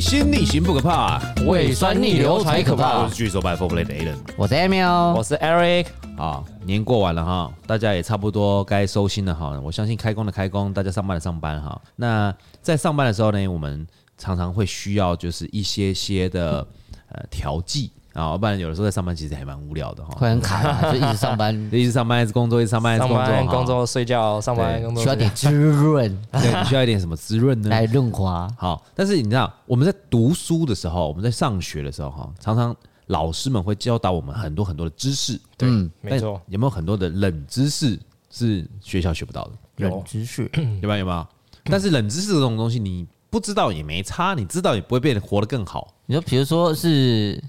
心逆行不可怕，胃酸逆流才可怕哦我是巨手白 Four Play 的 Alan，我是 Emil，我是 Eric。好，年过完了哈，大家也差不多该收心了哈。我相信开工的开工，大家上班的上班哈。那在上班的时候呢，我们常常会需要就是一些些的呃调剂啊，不然有的时候在上班其实还蛮无聊的哈。，会很卡啊，就一直上班一直上班，一直工作，一直上班，一直上工作，班哈工。作睡觉，上班对工作需要睡觉点滋润对，你需要一点什么滋润 呢？来润滑。好，但是你知道我们在读书的时候，我们在上学的时候，哈，常常老师们会教导我们很多很多的知识，对嗯，没错，有没有很多的冷知识是学校学不到的？冷 知识，嗯有没有？有没有？但是冷知识这种东西，你不知道也没差，你知道也不会变得活得更好。你说，比如说是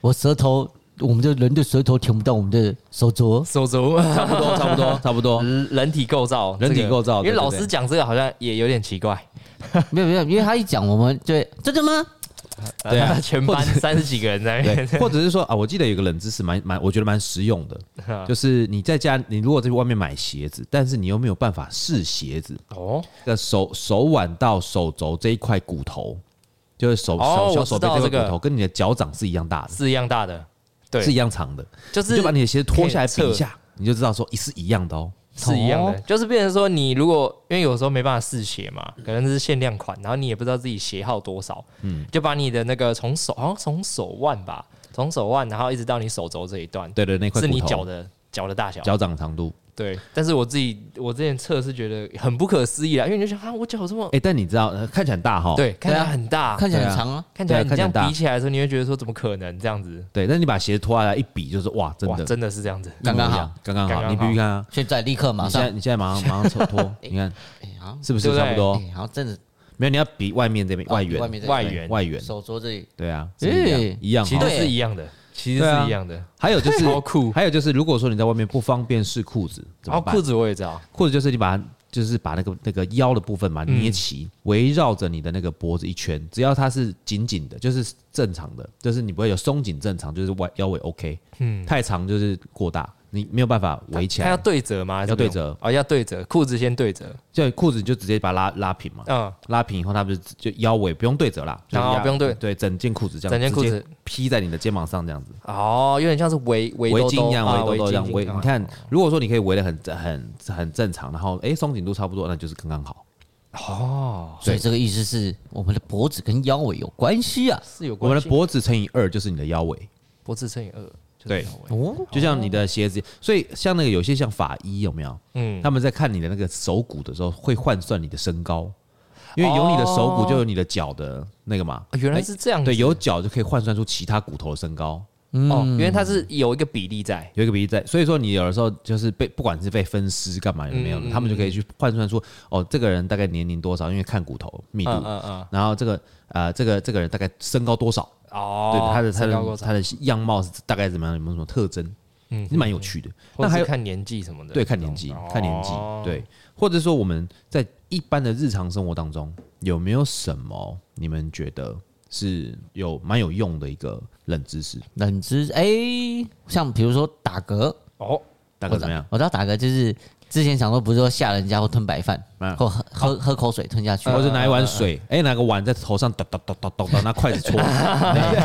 我舌头，我们的人的舌头舔不到我们的手 镯，手足 差不多，差不多， 差不多。人人体构造，人体这个构造因为对对老对师讲这个好像也有点奇怪，没有没有，因为他一讲，我们就会真的吗？对啊 全班三十几个人在那对 边，，或者是说啊，我记得有个冷知识蛮蛮，我觉得蛮实用 的，就是你在家，你如果在外面买鞋子，但是你又没有办法试鞋子，哦，的手手腕到手肘这一块骨头，就是手哦手小我手知背道这这块个骨头，跟你的脚掌是一样大的，是一样大的，对，是一样长的，就你是就把你的鞋子脱下来可以比一测下，你就知道说是一样的哦。是一样的，就是变成说你如果因为有时候没办法试鞋嘛，可能是限量款，然后你也不知道自己鞋号多少，嗯，就把你的那个从手好像从手腕吧，从手腕然后一直到你手肘这一段，对对，那块是骨你头脚的脚的大小，脚掌长度。对。但是我自己我之前测是觉得很不可思议啦，因为你就想啊，我脚这么哎、但你知道呃看起来很大哈，对，看起来对啊很大，看起来对啊很长啊，看起对来啊看你这起来样很大比起来的时候，你会觉得说怎么可能这样子？对对，但你把鞋脱下来一比，就是哇，真哇，的真的是这样子，刚刚一模一好样，刚刚刚好，刚你必须看啊，现在立刻马你现上在，你现在马上马上脱 脱，你看哎，好像是不是对不对差不多？哎，好像真的没有，你要比外面这边哦哦外比外面缘这外缘外缘，手镯这里，对啊，是一样哎一样其哈实对。是一样的，其实对啊是一样的。还有 就是超酷还有就是，如果说你在外面不方便试裤子，怎然么后办？哦裤子我也知道，裤子就是你把它，就是把那个那个腰的部分嘛嗯捏齐，围绕着你的那个脖子一圈，只要它是紧紧的，就是正常的，就是你不会有松紧，正常就是外腰围 OK，嗯，太长就是过大，你没有办法围起它要来，对折吗？还是要对不用折哦，要对折，裤子先对折，就裤子你就直接把它拉拉平嘛，嗯，拉平以后它不是就腰围不用对折啦，就是哦压不用对对，整件裤子这样，整件裤子直接披在你的肩膀上这样子。哦，有点像是围围围兜巾兜一样，啊围兜兜一样，巾围。啊你看，如果说你可以围的很很很正常，然后诶松紧度差不多，那就是刚刚好。哦，所以这个意思是我们的脖子跟腰围有关系啊。是有我关们系的脖子乘以二就是你的腰围，脖子乘以二，就是对腰围哦，就像你的鞋子。所以像那个有些像法医有没有？嗯，他们在看你的那个手骨的时候，会换算你的身高，因为有你的手骨就有你的脚的那个嘛。哦原来是这样子，对，有嗯脚就可以换算出其他骨头的身高，哦，原来它是有一个比例在，有一个比例在。所以说你有的时候就是被不管是被分尸干嘛有没有的，嗯嗯他们就可以去换算出哦这个人大概年龄多少，因为看骨头密度嗯嗯嗯，然后这个呃，这个这个人大概身高多少？哦，对，他的他身高多的少他的样貌是大概怎么样？有没有什么特征？嗯是蛮有趣的。那或者还是有看年纪什么的，对，看年纪哦，看年纪，对，或者说我们在一般的日常生活当中，有没有什么你们觉得是有蛮有用的一个冷知识？冷知识，哎，像比如说打嗝，哦，大概怎么样？我知道打嗝就是之前想说，不是说吓人家或吞白饭嗯，或喝喝喝口水吞下去，或者拿一碗水，呃哎，拿个碗在头上咚咚咚咚咚咚，拿筷子戳，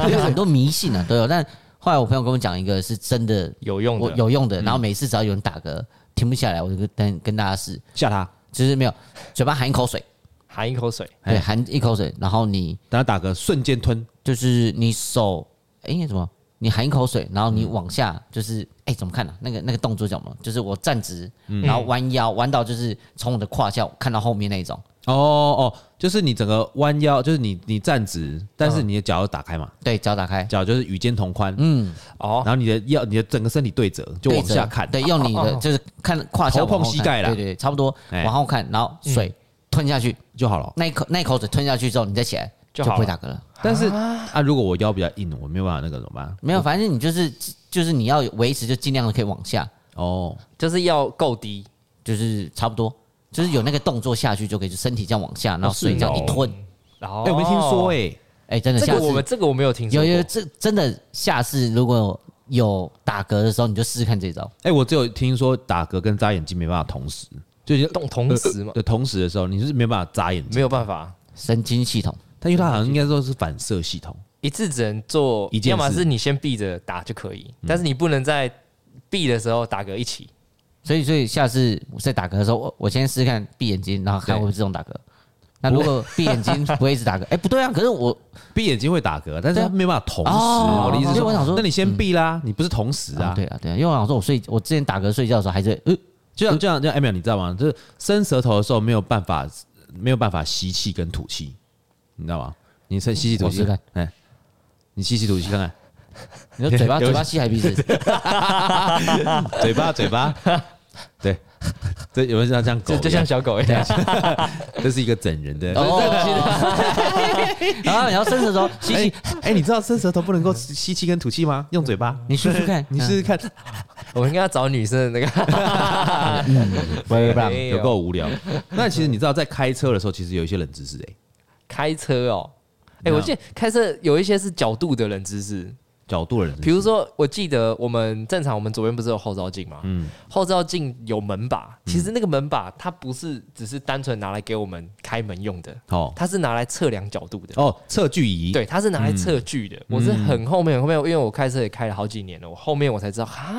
有很多迷信啊都有。但后来我朋友跟我讲一个是真的有用我的，有用的，嗯然后每次只要有人打嗝停不下来，我就跟跟大家试，吓他，就是没有嘴巴含一口水，含一口水，对，含一口水，然后你等他打嗝，瞬间吞，就是你手哎、什么，你含一口水，然后嗯你往下就是哎、怎么看呢、那个那个动作叫什么？就是我站直，嗯然后弯腰弯到就是从我的胯下看到后面那一种，哦哦，就是你整个弯腰，就是你你站直，但嗯是你的脚要打开嘛，对，脚打开，脚就是与肩同宽，嗯，哦然，后你的腰，你的整个身体对折，就往下看，哦对，用你的就是看胯下头碰往后膝看盖啦对对，对差不多哎嗯往后看，然后水吞下去，就好了。那一口那一口水吞下去之后，你再起来就就好不会了打嗝了。但是啊，如果我腰比较硬，我没有办法那个怎么办？没有，反正你就是就是你要维持，就尽量的可以往下，哦，就是要够低，就是差不多，就是有那个动作下去就可以，就身体这样往下，然后哦水这样一吞。然后哦哎，我没听说哎，哎，真的，哦这下个我次们这个我没有听说有过，有这真的下次如果有打嗝的时候，你就试试看这招。哎，我只有听说打嗝跟眨眼睛没办法同时，就是呃同同时嘛，的同时的时候，你是没有办法眨眼睛，没有办法，神经系统，但因为它好像应该说是反射系统，一次只能做一件事嗯要么是你先闭着打就可以，但是你不能在闭的时候打嗝一起。所以所以下次我在打嗝的时候，我我先试试看闭眼睛，然后看会不会自动打嗝。那如果闭眼睛不会一直打嗝，哎、不对啊，可是我闭眼睛会打嗝，但是对啊它没办法同时。哦我的意思是所以我想说说，嗯那你先闭啦，你不是同时啊啊。对啊对啊，因为我想说我睡我之前打嗝睡觉的时候还是会呃就像就像就像 Emil，你知道吗？就是伸舌头的时候没有办法没有办法吸气跟吐气，你知道吗？你伸吸气吐我气试看，哎，你吸气吐气看看。你说嘴巴有嘴巴吸还鼻子，嘴巴嘴巴，对，这有人像这样狗一就样，就像小狗一样，这是一个整人的。哦， 然后你要伸舌头吸哎气，哎，你知道伸舌头不能够吸气跟吐气吗？用嘴巴，你试试看你试试看， 我应该要找女生的那个。 嗯喂棒喂，哎呦啊有够无聊。那其实你知道，在开车的时候，其实有一些冷知识，哎，开车哦。哎、 No 我记得开车有一些是角度的冷知识，角度的冷知识，比如说，我记得我们正常我们左边不是有后照镜吗？嗯后照镜有门把，其实那个门把它不是只是单纯拿来给我们开门用的，哦它是拿来测量角度的。哦，测距仪，对，它是拿来嗯测距的。我是很后面很后面，因为我开车也开了好几年了，我后面我才知道哈，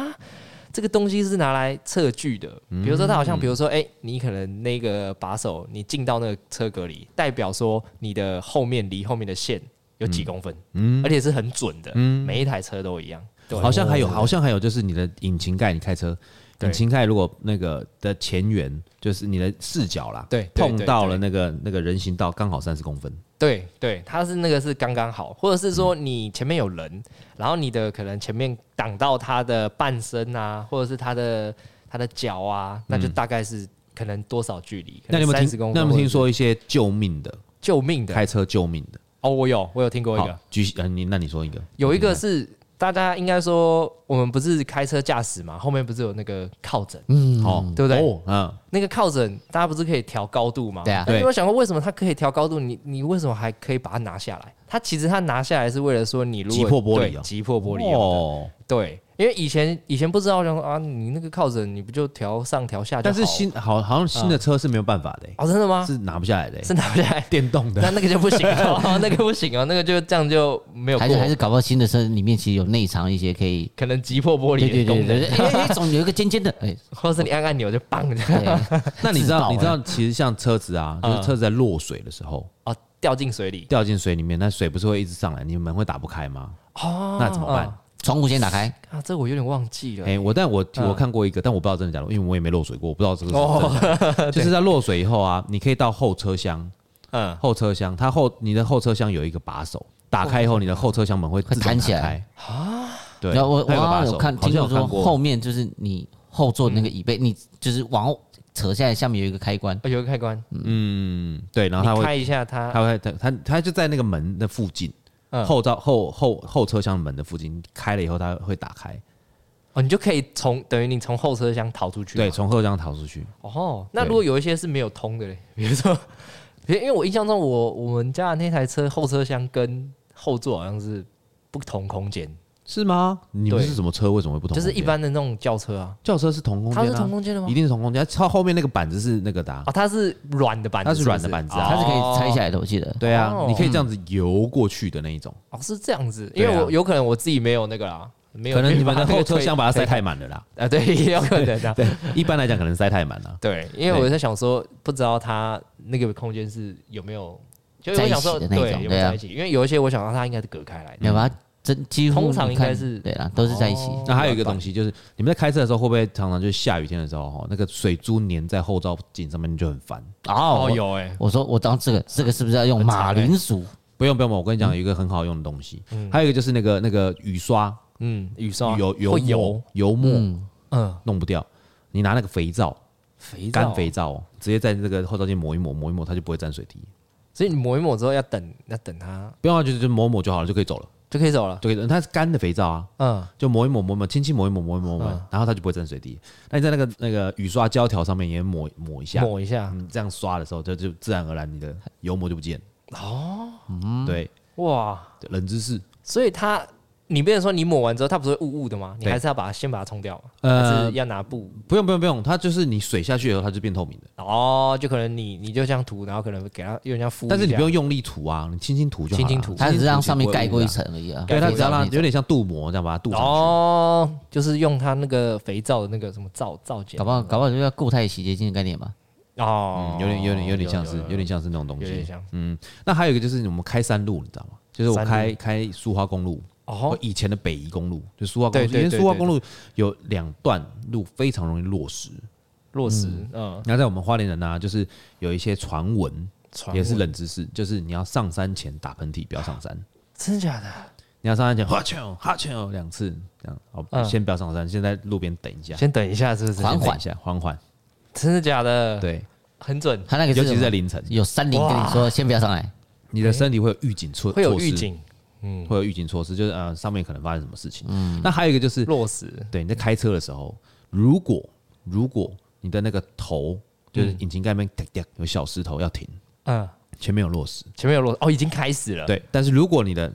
这个东西是拿来测距的。比如说，它好像比如嗯说，哎、你可能那个把手你进到那个车格里，代表说你的后面离后面的线有几公分，嗯而且是很准的，每一台车都一样。对，好像还有，好像还有，就是你的引擎盖，你开车对引擎盖如果那个的前缘，就是你的视角啦，对对碰到了那个那个人行道，刚好三十公分，对对，它是那个是刚刚好，或者是说你前面有人，然后你的可能前面挡到他的半身啊，或者是他的他的脚啊，那就大概是可能多少距离？嗯那你有没有三十听公？分？那有没有听说一些救命的救命的？开车救命的？哦，我有，我有听过一个好，，嗯举呃你那你说一个，有一个是大家应该说，我们不是开车驾驶嘛，后面不是有那个靠枕，嗯，好，对不对？哦嗯，那个靠枕大家不是可以调高度吗？对啊那你有没对有想过为什么它可以调高度？你你为什么还可以把它拿下来？它其实它拿下来是为了说你如果击破玻璃对哦击破玻璃用的哦，对，因为以前以前不知道，想说啊，你那个靠枕你不就调上调下就好但了？是新好好像新的车是没有办法的欸，哦，真的吗？是拿不下来的欸，，是拿不下来 电动那的，那个就不行 哦，那个不行哦，那个就这样就没有嗯过还，是还是搞不好新的车里面其实有内藏一些可以，可能击破玻对璃对的对功对，能，对哎哎总有一个尖尖的，哎，或者是你按按钮就棒这样对，那你知自道爆你欸知道其实像车子啊，嗯就是车子在落水的时候哦，掉进水里掉进水里面，那水不是会一直上来，你门会打不开吗？哦，那怎么办？窗户先打开，啊？这我有点忘记了哎、，我但我嗯我看过一个，但我不知道真的假的，因为我也没落水过，我不知道这个是不是哦真的。就是在落水以后啊，你可以到后车厢，嗯，后车厢它后你的后车厢有一个把手，打开以后你的后车厢门会自动哦弹起来打开啊。对，然后我它我有个好把像手有看好听像有过说看后过。嗯面就是你后座那个椅背，你就是往后扯下来，下面有一个开关，哦有个开关，嗯，对，然后它你会开一下它，它会它它它就在那个门的附近，嗯后照后后后车厢门的附近开了以后，它会打开，哦，你就可以从等于你从后车厢逃出去嘛，啊对，从后车厢逃出去。哦，那对如果有一些是没有通的嘞，比如说，因为因为我印象中我我们家的那台车后车厢跟后座好像是不同空间，是吗？你们对是什么车？为什么会不同就空间？是一般的那种轿车啊，轿车是同空间、它啊，是同空间的吗一？定是同空间，它后面那个板子是那个的、啊哦，它是软的板子它不，哦是软的板子啊它是可以拆下来。来的，我记得。对啊哦，你可以这样子游过去的那一种，哦，是这样子，因对啊为我有可能我自己没有那个啦，没有可能你们没的有把那后个车推厢把它塞推太满了啦。啊，对，也有可 能的。对，一般来讲可能塞太满了。对，因为我在想说，不知道它那个空间是有没有，就是我想说，在一起的那对，种有没对有啊在一起？因为有一些我想到它应该是隔开来的。嗯没有吧？真几乎通常你应该看是对啦，都是在一起。哦那还有一个东西就是，你们在开车的时候会不会常常就是下雨天的时候，哈，那个水珠粘在后照镜上面你就很烦？哦哦，我有哎、欸我说我当这个这个是不是要用马铃薯？不用不用，我跟你讲，有一个很好用的东西，还有一个就是那个那个雨刷、嗯，雨刷油油或油油，油墨嗯，嗯，弄不掉，你拿那个肥皂，肥皂干肥皂哦，直接在这个后照镜抹一抹，抹一抹，它就不会沾水滴。所以你抹一抹之后要等，要等它不用啊，就是就抹一抹就好了，就可以走了，就可以走了。就可以走。它是干的肥皂啊，嗯，就抹一抹，抹一抹，轻轻抹一抹，抹一抹，抹一抹，然后它就不会沾水滴。那你在那个那个雨刷胶条上面也抹抹一下，抹一下。你这样刷的时候，就就自然而然你的油膜就不见哦，对，哇，对冷知识所以它你变成说你抹完之后，它不是会雾雾的吗？你对还是要把它先把它冲掉嘛？呃还是要拿布？不用不用不用，它就是你水下去以后，它就变透明的。哦，就可能你你就这样涂，然后可能给它有点像敷，但是你不用用力涂啊，你轻轻涂就好了。轻轻涂它只是让就上面不会盖过污一染，层而已啊。对，它只要那让有种，点像镀膜这样把它镀上去。哦，就是用它那个肥皂的那个什么皂皂碱搞，不好搞不好就叫固态洗洁精的概念吧。哦嗯，，有点有点有点像是有有点像是那种东有点西。像那还有一个就是我们开山路，你知道吗？就是我山路开开苏花公路，我哦，以前的北宜公路，就苏花公路，对对因为对苏花对公路有两段路非常容易落石。落石，嗯，那在我们花莲人呢、就是有一些传闻，传也是闻冷知识，就是你要上山前打喷嚏，不要上山。真假的？你要上山前哈欠哦哈欠哦两次，这样好，嗯先不要上山，先在路边等一下，先等一下，是不是？缓先等缓一下，缓缓。真的假的？，对，很准，它那个尤其什是在么凌晨，有山林跟你说先不要上来，你的身体会有预警措，哎会有措施预，警，嗯，会有预警措施，就是呃上面可能发生什么事情。那还有一个就是，落石，对你在开车的时候，如果如果你的那个头就是引擎盖面叮叮有小石头要停，嗯，前面有落石，前面有落石，哦，已经开始了，，对，但是如果你的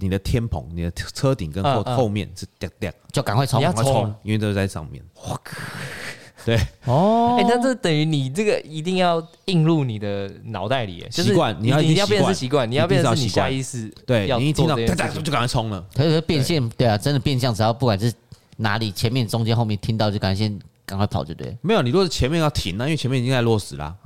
你的天棚、你的车顶跟后嗯嗯后面是掉掉，就赶快冲你要赶快啊冲冲，因为都是在上面。我靠！ 对，哦哎，那这等于你这个一定要映入你的脑袋里，就是习惯你要已经你一定要变成是习习惯惯，你要变成是一你定是要下意识，对要你一听做到这哒 哒件事就情赶快冲了。可是变现，对啊，真的变相，只要不管是哪里，前面、中间、后面听到就赶快先赶快跑，就对了。没有，你如果是前面要停那因为前面已经在落石啦。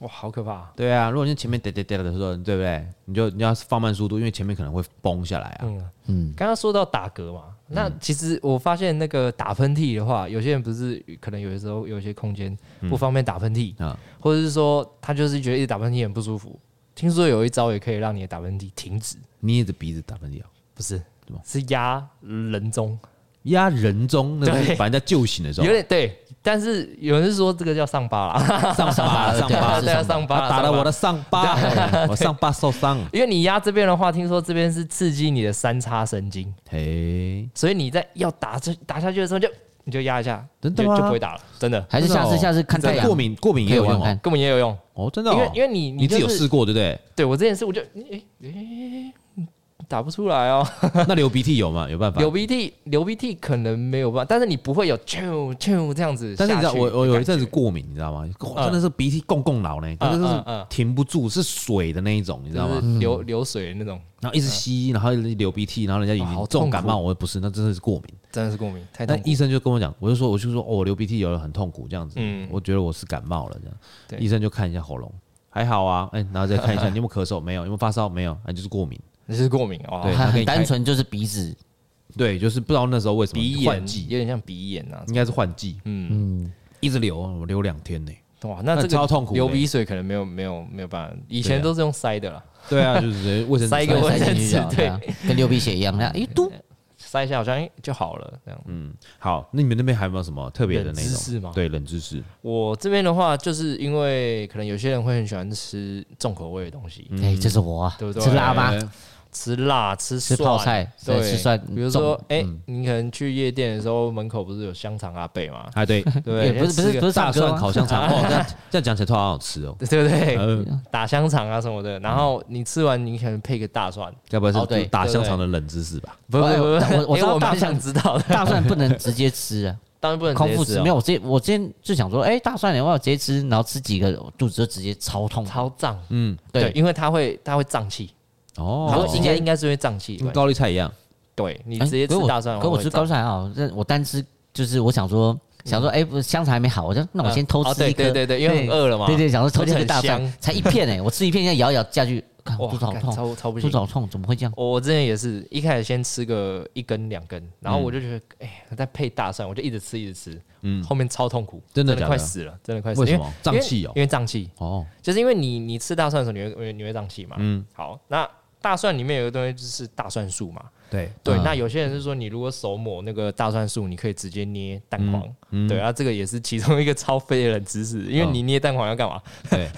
哇，好可怕，对啊，如果你前面哒哒哒的时候，对不对？你就你要放慢速度，因为前面可能会崩下来啊。嗯嗯，刚刚说到打嗝嘛，嗯那其实我发现那个打喷嚏的话，有些人不是可能有的时候有一些空间不方便打喷嚏，啊，或者是说他就是觉得一直打喷嚏很不舒服。听说有一招也可以让你的打喷嚏停止，捏着鼻子打喷嚏啊，不是什么，是压人中，压人中，那是对把人家救醒的时候有，点对。但是有人是说这个叫 上巴 啦，上巴上上巴巴对，对啊， 上巴啦他打了我。上巴的上巴，我上巴受伤。因为你压这边的话，听说这边是刺激你的三叉神经，嘿，所以你在要打这打下去的时候就你就压一下，真的就吗就不会打了，真的。还是下真次的哦下次看太阳过，敏过敏也可以有玩用玩哦看根本也有用，哦，真的哦，因为因为你你自己有就是试过对不 对？对我之前是我就诶诶打不出来哦，那流鼻涕有吗？有办法？流鼻涕流鼻涕可能没有办法，但是你不会有啾啾这样子下但去是你知的感觉。嗯道，我我有一阵子过敏，你知道吗？哇真的是鼻涕供供脑呢，真的嗯嗯是嗯停不住，是水的那一种，你知道就吗？是流流水那种，然后一直吸，然后一直流鼻涕，然后人家以哇为好重痛感苦冒，我说不是，那真的是过敏。真的是过敏，太那痛苦。医生就跟我讲，我就说，我就说，哦，我流鼻涕有了很痛苦这样子，嗯我觉得我是感冒了这样。对医生就看一下喉咙，还好啊，哎，然后 再看一下你有没有咳嗽，没有，有没有发烧，没有，那哎就是过敏。那是过敏哦，对它它可以很开单纯就是鼻子，对，就是不知道那时候为什鼻么炎换有季，点像鼻炎啊。应该是换季，嗯，一直流，我流两 天呢。哇，那嗯那这个超痛苦的欸流鼻水可能没有没有没有办法，以前对啊都是用塞的啦，对啊，就是直接卫生纸塞一个上卫生进去纸啊啊跟流鼻血一样，那一嘟，塞一下好像哎就好了这样。嗯好，那你们那边还有没有什么特别的冷那知种识？吗对，冷知识。我这边的话，就是因为可能有些人会很喜欢吃重口味的东嗯西，哎，这是我啊，嗯对不对吃辣吗？哎吃辣、吃吃蒜泡菜，对，吃嗯蒜，比如 说重，哎、你可能去夜店的时候，门口不是有香肠阿贝吗？ 啊，对，对，也不是不是不是大唱歌蒜吗烤香肠，哦，这样这样讲起来突然好好吃哦。是， 对不对？呃，打香肠啊什么的，然后你吃完，你可能配个大蒜，该不会哦是对打香肠的冷知识吧？不不不不，我我我知道哎我大蒜蛮想知 道的，大蒜不能直接吃啊，当然不能直接空腹吃吃哦没有。我之前我之前就想说，哎，大蒜的话我直接吃，然后吃几个肚子就直接超痛，超胀，嗯，对，对因为它会它会胀气，它哦会，应该应该是会胀气的跟关嗯系，高丽菜一样，对你嗯哎直接可是吃我大蒜，可我吃高蒜菜还好，这我单吃就是我想说想说，哎，不是香肠还没好，我就那我先偷吃一嗯哦对颗，对对对，因为很饿了嘛，对对，想说偷吃一个大而且很蒜，才一片哎，我吃一片，现在咬一咬下去，看我哇，肚子好干痛，啊超超不肚行啊子。好痛，怎么会这样？我我之前也是一开始先吃个一根两根，然嗯后我就觉得，哎、再配大蒜，我就一直吃一直吃，嗯，后面超痛苦，真的假的快死了，真的快死了。为什因么胀气因为哦？因为胀气，哦，就是因为你你吃大蒜的时候，你会你会胀气嘛。嗯，好，那大蒜里面有个东西就是大蒜素嘛。对，对，嗯那有些人是说，你如果手抹那个大蒜素，你可以直接捏蛋嗯黄。对，啊，这个也是其中一个 超费的冷知识，因为嗯你捏蛋黄要干嘛？ 对，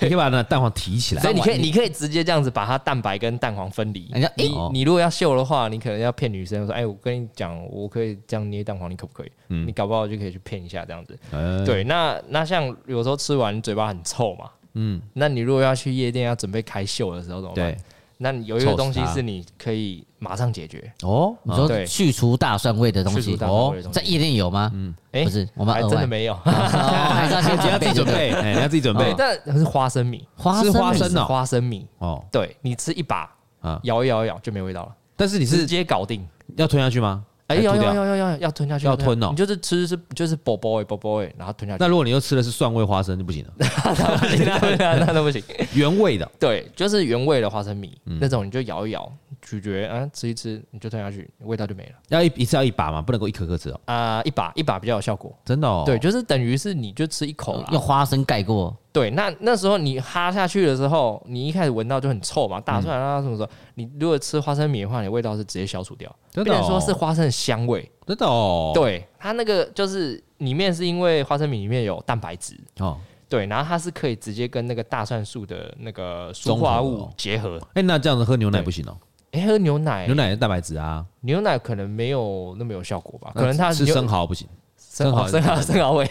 你可以把那蛋黄提起来所，以你可以，蛋黄你可以直接这样子把它蛋白跟蛋黄分离。人家你诶哦你如果要秀的话，你可能要骗女生说：“哎，我跟你讲，我可以这样捏蛋黄，你可不可以？”嗯你搞不好就可以去骗一下这样子。呃，对，那那像有时候吃完嘴巴很臭嘛，嗯，那你如果要去夜店要准备开秀的时候怎么办对？，那你有一臭个死东西它是你可以马上解决，哦，你啊说对去除大蒜味的东去西除大蒜哦味的东，西在夜店有吗？哎不是我们还额真的外没嗯有，哦还是要先你要准自备己就准对备，哎，你要自己准对备，但是花生米，花吃生花米生真的哦花生米，哦对你吃一把，啊，摇一摇一摇就没味道了，但是你直是接搞定。要吞下去吗？哎，还是要吐要掉要要要要吞下去，要吞哦你就是吃是就是啵啵哎啵啵哎，然后吞下去。那如果你又吃的是蒜味花生就不 行了，那那那都不行。原味的对，就是原味的花生米嗯那种，你就摇一摇，咀嚼，啊，吃一吃，你就吞下去，味道就没了要一一次要一把嘛，不能够一颗颗吃哦，啊。一把一把比较有效果。真的哦。对，就是等于是你就吃一口啦用。花生盖 过，对，那那时候你哈下去的时候，你一开始闻到就很臭嗯嘛，大蒜啊什么什么。你如果吃花生米的话，你的味道是直接消除掉，真的变哦成说是花生的香味。真的哦。对，它那个就是里面是因为花生米里面有蛋白质，哦，对，然后它是可以直接跟那个大蒜素的那个综塑合化的物哦结合。哎，那这样子喝牛奶不行哦，哎、喝牛奶，牛奶是蛋白质啊，牛奶可能没有那么有效果吧，那可能它吃牛生蚝不行，生蚝蚝生蚝生蚝味，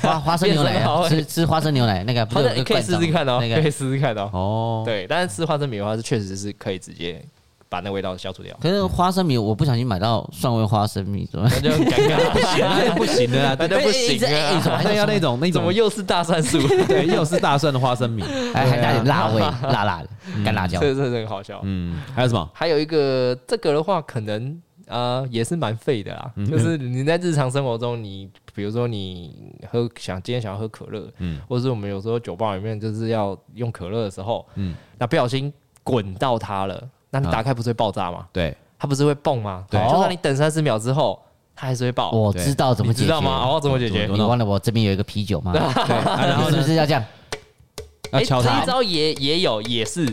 花花生牛奶变成啊， 好吃吃花生牛奶那个，不好是 像有一个可以罐试装试看哦，那 可个以试试看哦。哦，对，但是吃花生米的话是确实是可以直接把那味道消除掉，可是花生米我不小心买到蒜味花生米，怎么办？那就很尴尬，那就 不行 的啊，那就不行哎哎哎怎么啊！还有对要那种那 怎么种，又是大蒜素？对，又是大蒜的花生米， 还还带点辣味，啊辣辣的嗯干辣椒。这这很好笑。嗯，还有什么？还有一个这个的话，可能呃也是蛮费的啦，就是你在日常生活中你。比如说你喝想今天想要喝可乐，嗯，或者是我们有时候酒吧里面就是要用可乐的时候，嗯嗯，那不小心滚到它了，那你啊打开不是会爆炸吗？对，它不是会蹦吗？哦对就算你等三十秒之后，它还是会爆，哦我知道怎么你解知决，道吗？哦，怎么解决？你忘了我这边有一个啤 酒吗？对，啊 然后是呢不是要这样？要哎敲这它一，招也也有，也是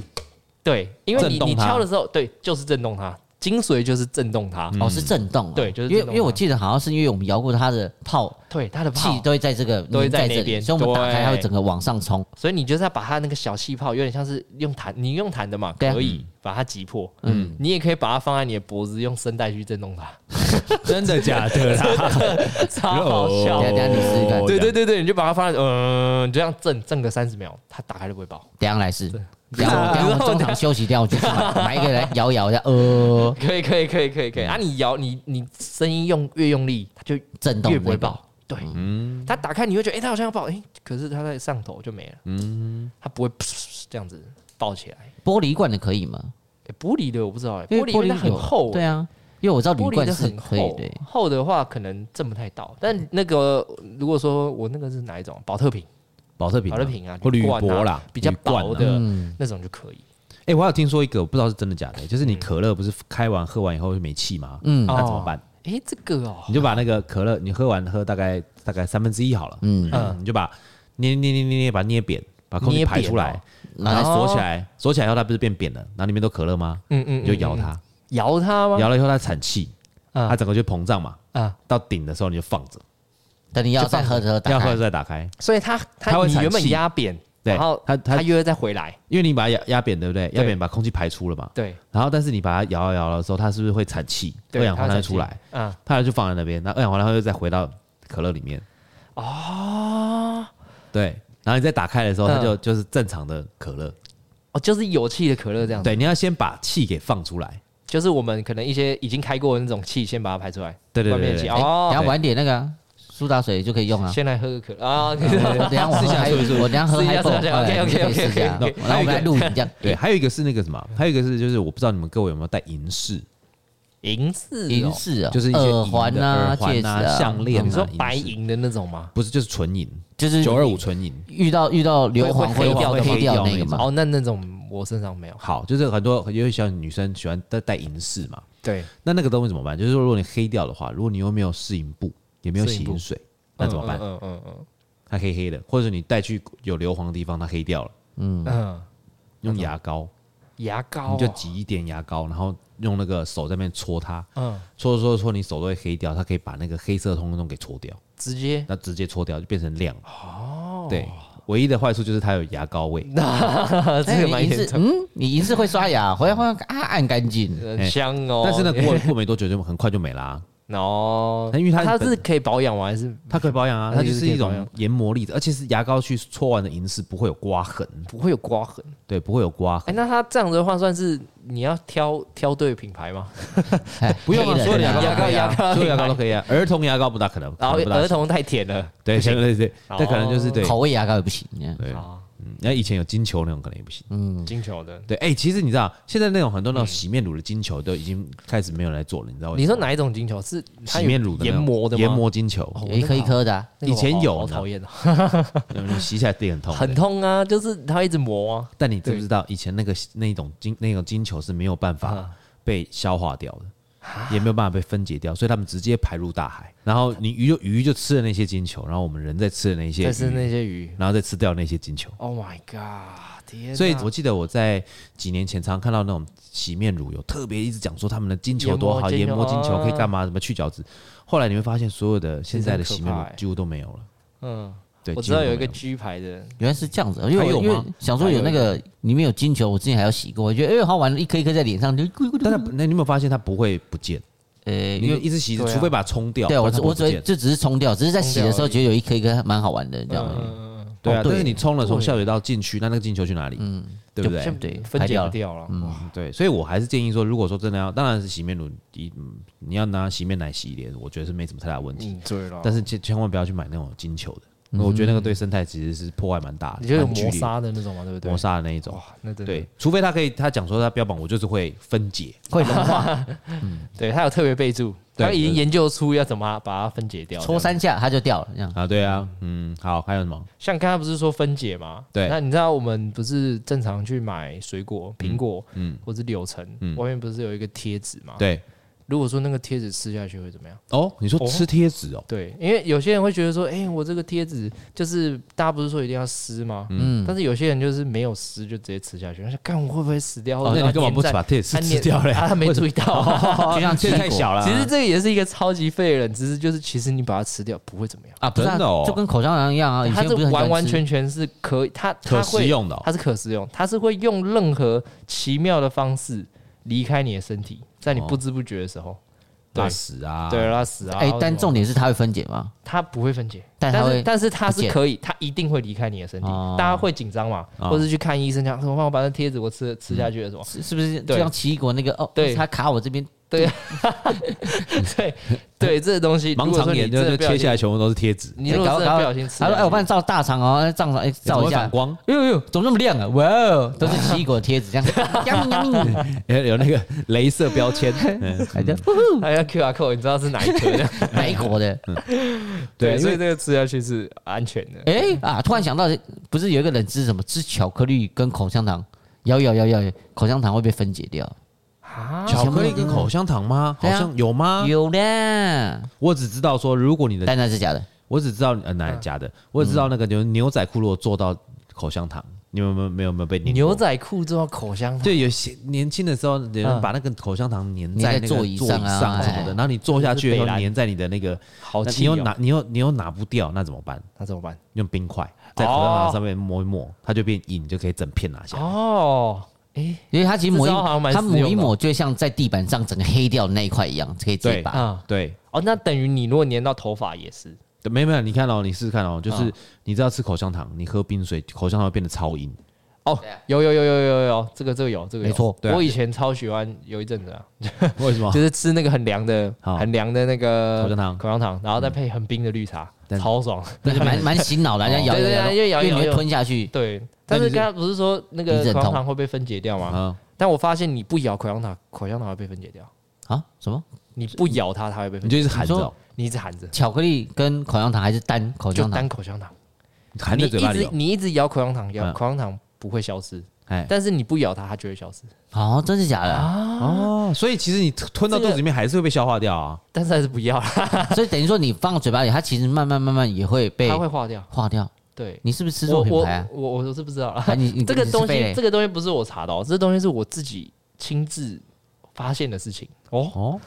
对，因为震你动你它敲的时候，对，就是震动它，精髓就是震动它，哦，是震动哦，嗯对就是因为震动因啊为我记得好像是因为我们摇过它的泡对，它的气泡，都会在这个都会粘在在那这里，边所以我们打开对它会整个往上冲。所以你就是要把它那个小气泡，有点像是用弹，你用弹的嘛，对啊可以把它击破，嗯，你也可以把它放在你的脖子，用声带去震动它， 真的假的啦？ 超好笑哦等一。下等一下你试试哦看对对对对，你就把它放在，嗯，你就这样震震个三十秒，它打开就不会爆，等一下来试，等一下我等一下我们中场休息，等一下我去 买买一个来摇一摇一下，呃，可以可以可以可以可以啊！你摇你你声音用越用力，它就震动越不会那个爆。对，它打开你会觉得，哎、它好像要爆，哎、可是它在上头就没了，它不会噗噗噗这样子爆起来。玻璃罐的可以吗？哎玻璃的我不知道、哎，因玻为璃因为它很有厚、对啊，啊，因为我知道铝玻璃罐的是很可以厚的，，厚的话可能震不太到。嗯但那个如果说我那个是哪一种，保特瓶保特瓶啊，保特瓶啊或铝罐啊箔啦，比较铝罐啊薄的、那种就可以。哎、我还有听说一个，我不知道是真的假的，就是你可乐不是开完喝完以后就没气吗？嗯，那怎么办？哎、这个哦、你就把那个可乐，你喝完喝大概大概三分之一好了，嗯你就把捏捏捏捏捏把它捏扁，把空气捏扁哦排出来，然然后后锁起来，锁起来以后它不是变扁了，然后里面都可乐吗？嗯嗯你就摇它，摇它吗？摇了以后它产气，嗯它整个就膨胀嘛，啊，到顶的时候你就放着，等你要再喝的时候打要喝开。再打开，所以它它它会你产原本气压扁，对然后它它它又会再回来，因为你把它压压扁对不对？对压扁把空气排出了嘛，对，然后但是你把它摇啊摇的时候，它是不是会产气？对二氧化它碳会就出产来。啊。它就放在那边，那二氧化碳又再回到可乐里面。哦，对，然后你再打开的时候，嗯它就就是正常的可乐。哦，就是有气的可乐这样子。对，你要先把气给放出来。就是我们可能一些已经开过的那种气，先把它排出来。对对外对面对的气对哎等一下哦，晚一点那个啊苏打水就可以用 啊。先来喝个可 乐啊。我嗯等一下我喝嗨，我等一下喝试一下嗨试一下哎 OK，OK，OK，OK，OK 可以试一下， OK，OK 然后我们来录影这样。对，还有一个是那个什么，还有一个是就是我不知道你们各位有没有戴银饰， 银哦饰，银，饰啊，就是一些耳银环的啊、耳环戒指啊、项链啊，你说银白饰银的那种吗？不是就是纯银，就是九二五纯银。遇到遇到硫磺会会黑掉的黑掉会黑那个嘛。哦，那那种我身上没有。好，就是很多有些小女生喜欢戴戴银饰嘛，对，那那个东西怎么办？就是说如果你黑掉的话，如果你又没有试银布，也没有试洗银布银水，那怎么办？嗯嗯嗯它黑黑的，或者你带去有硫磺的地方，它黑掉了，嗯嗯，用牙膏，牙膏你就哦挤一点牙膏，然后用那个手在那边搓它，嗯，搓搓搓，你手都会黑掉，它可以把那个黑色通通给搓掉，直 接那直接搓掉就变成亮。哦，对，唯一的坏处就是它有牙膏味，哎啊哦这个你蛮银严饰，重，嗯，你银饰会刷牙，回来会啊按干净。很香哦。但是呢，过了过没多久就很快就没啦、哦，因为它它本是可以保养吗？还是它可以保养啊，它它就就是是可以一保养种研磨粒子，而且是牙膏去搓完的银饰不会有刮痕，不会有刮痕？对，不会有刮哎、痕，那它这样子的话，算是你要挑挑对品牌吗？哎不用啊，黑所有人的牙膏啊都可以牙膏啊，所有牙膏都可以啊，儿童牙膏不大可能，然后可能不大哦儿童太甜了，对对对对，哦那可能就是对口味牙膏也不行，你看对，啊，嗯那以前有金球那种可能也不行。嗯，金球的。对，哎、其实你知道，现在那种很多那种洗面乳的金球都已经开始没有人来做了，你知道为什么吗？你说哪一种金球？是它哦洗有面乳的那研种磨的吗？研磨金球，哦有一颗一颗的啊，那个我以前好有好呢讨厌哦，因为你洗起来地很痛，很对。痛啊，就是它一直磨啊。但你知不对知道，以前那个那种金那种金球是没有办法啊被消化掉的，也没有办法被分解掉，所以他们直接排入大海。然后你鱼就鱼就吃了那些金球，然后我们人在吃了那些但是鱼，那些鱼然后再吃掉那些金球。 ，Oh my god！天哪，所以我记得我在几年前常常看到那种洗面乳有特别一直讲说他们的金球多好，研研磨磨金球金球可以啊干嘛，什么去角质。后来你会发现，所有的现在的其实洗很可面乳怕欸几乎都没有了。嗯，对，我几知乎道都有一没个了 G 牌的，原来是这样子，因为还有我吗因为想说有那个里面有金球，我之前还要洗过，我觉得哎、好玩，一颗一颗在脸上就咕咕咕但它那你有没有发现它不会不见？呃，因因为为一直洗，对啊除非把它冲掉，对不我然它只不我会只不会见。就只是冲掉，只是在洗的时候冲掉而已觉得有一颗一颗蛮好玩的这样而已。嗯，对啊，对但是你冲了从下水道进去，那那个进球去哪里？嗯，对不对像？对分排解掉不了掉了，哇，对，所以我还是建议说，如果说真的要，当然是洗面乳，你嗯你要拿洗面奶洗脸，我觉得是没什么太大的问题。你醉了，但是千千万不要去买那种金球的，我觉得那个对生态其实是破坏蛮大的，你就有蛮剧磨烈的砂的那种嘛，对不对？磨砂的那一种。哇，那真的对，除非他可以，他讲说他标榜我就是会分解，会融化，对，他有特别备注，对他已经研究出要怎么把它分解掉。搓三下它就掉了，这样。啊，对啊，嗯，好，还有什么？像刚才不是说分解吗？对那你知道我们不是正常去买水果、苹果，嗯，或是柳橙，外面不是有一个贴纸吗？。对，如果说那个贴纸吃下去会怎么样？哦，你说哦吃贴纸哦，对，因为有些人会觉得说，哎、我这个贴纸就是大家不是说一定要撕吗？嗯，但是有些人就是没有撕就直接吃下去，他想看我会不会死掉？哦，那你干嘛不把把贴纸吃掉嘞？啊，他没注意到。 就像这奇异太果小了啊，其实这个也是一个超级废人，只是就是其实你把它吃掉不会怎么样。啊，不是啊真的哦就跟口香糖一样啊，以它前是不是很喜欢完完吃全全是可以，它它可会食用的哦，它是可食用，它是会用任何奇妙的方式离开你的身体，在你不知不觉的时候，对哦拉屎啊，对，拉屎啊。哎，但重点点是它会分解吗？它不会分解，但它但是会但是它不是见可以，它一定会离开你的身体哦，大家会紧张嘛，哦或是去看医生讲什么，我把那贴纸我吃吃下去了什么，是是不是对就像奇异果那个哦？对它卡我这边， 对对，这个东西嗯 盲肠炎就就切下来， 来，全部都是贴纸，你如果搞真的搞不小心吃下他去，说哎，我帮你照大肠哦，哎照肠哎怎么照一会下反。光？哎呦呦，怎么那么亮啊？哇哦，都是奇异果的贴纸，这样 yummy yummy，有有那个镭射标签，嗯哎这还要 QR code，你知道 是哪一颗的？哪一国的？对，对，因所为以这个吃下去是安全 的。哎、啊！突然想到，不是有一个人吃什么吃巧克力跟口香糖，咬咬咬咬，口香糖会被分解掉。啊巧克力跟口香糖吗？好对啊像有吗？有的，我只知道说，如果你的但那是假的。我只知道呃哪嗯假的，我只知道那个牛牛仔裤如果做到口香糖，你们有没有没有没有被粘过牛仔裤做到口香糖，就有些年轻的时候，有人把那个口香糖粘在那粘在个座座椅椅上啊上什么哎的，然后你坐下去以这是后北兰粘在你的那个，好那气你又哦拿你又你又拿不掉， 那怎么办？那怎么办？用冰块在口香糖上面抹一抹，它就变硬，就可以整片拿下。哦，哎因为它其实抹一这招好像蛮它实用抹的一抹，就像在地板上整个黑掉的那一块一样，可以自己对拔。啊，对，哦，那等于你如果粘到头发也是，对没有没有，你看哦，你试试看哦，就是嗯你知道吃口香糖，你喝冰水，口香糖会变得超 硬。哦，有有有有有有，这个这个有这个有没错啊对啊我以前超喜欢有一阵子啊，为什么就？是吃那个很凉的、哦好很凉的那个口香糖嗯口香糖，然后再配很冰的绿茶，但 超爽。那就蛮蛮洗脑的，这样咬对对咬对因为咬因为你咬会咬吞下去。对，那但是你是刚刚不是说那个一阵口香痛糖会被分解掉吗？啊，但我发现你不咬口香糖，口香糖会被分解掉；啊？什么？你不咬它，它会被你分解。就一直含着哦，你一直含着，巧克力跟口香糖还是单口就香糖？单口香糖，含你在一嘴巴里直哦。你一直咬口香糖，咬嗯口香糖不会消失，哎，但是你不咬它，它就会消失。哦，真是假的啊？哦，所以其实你吞到这个肚子里面还是会被消化掉啊。但是还是不要啦，所以等于说你放到嘴巴里，它其实慢慢慢慢也会被它会化掉。化掉。对，你是不是吃我错品我牌 啊？我我是不知道啦。啊你你这个你是哦东被西，这个东西不是我查到，这个东西是我自己亲自发现的事情哦。哦，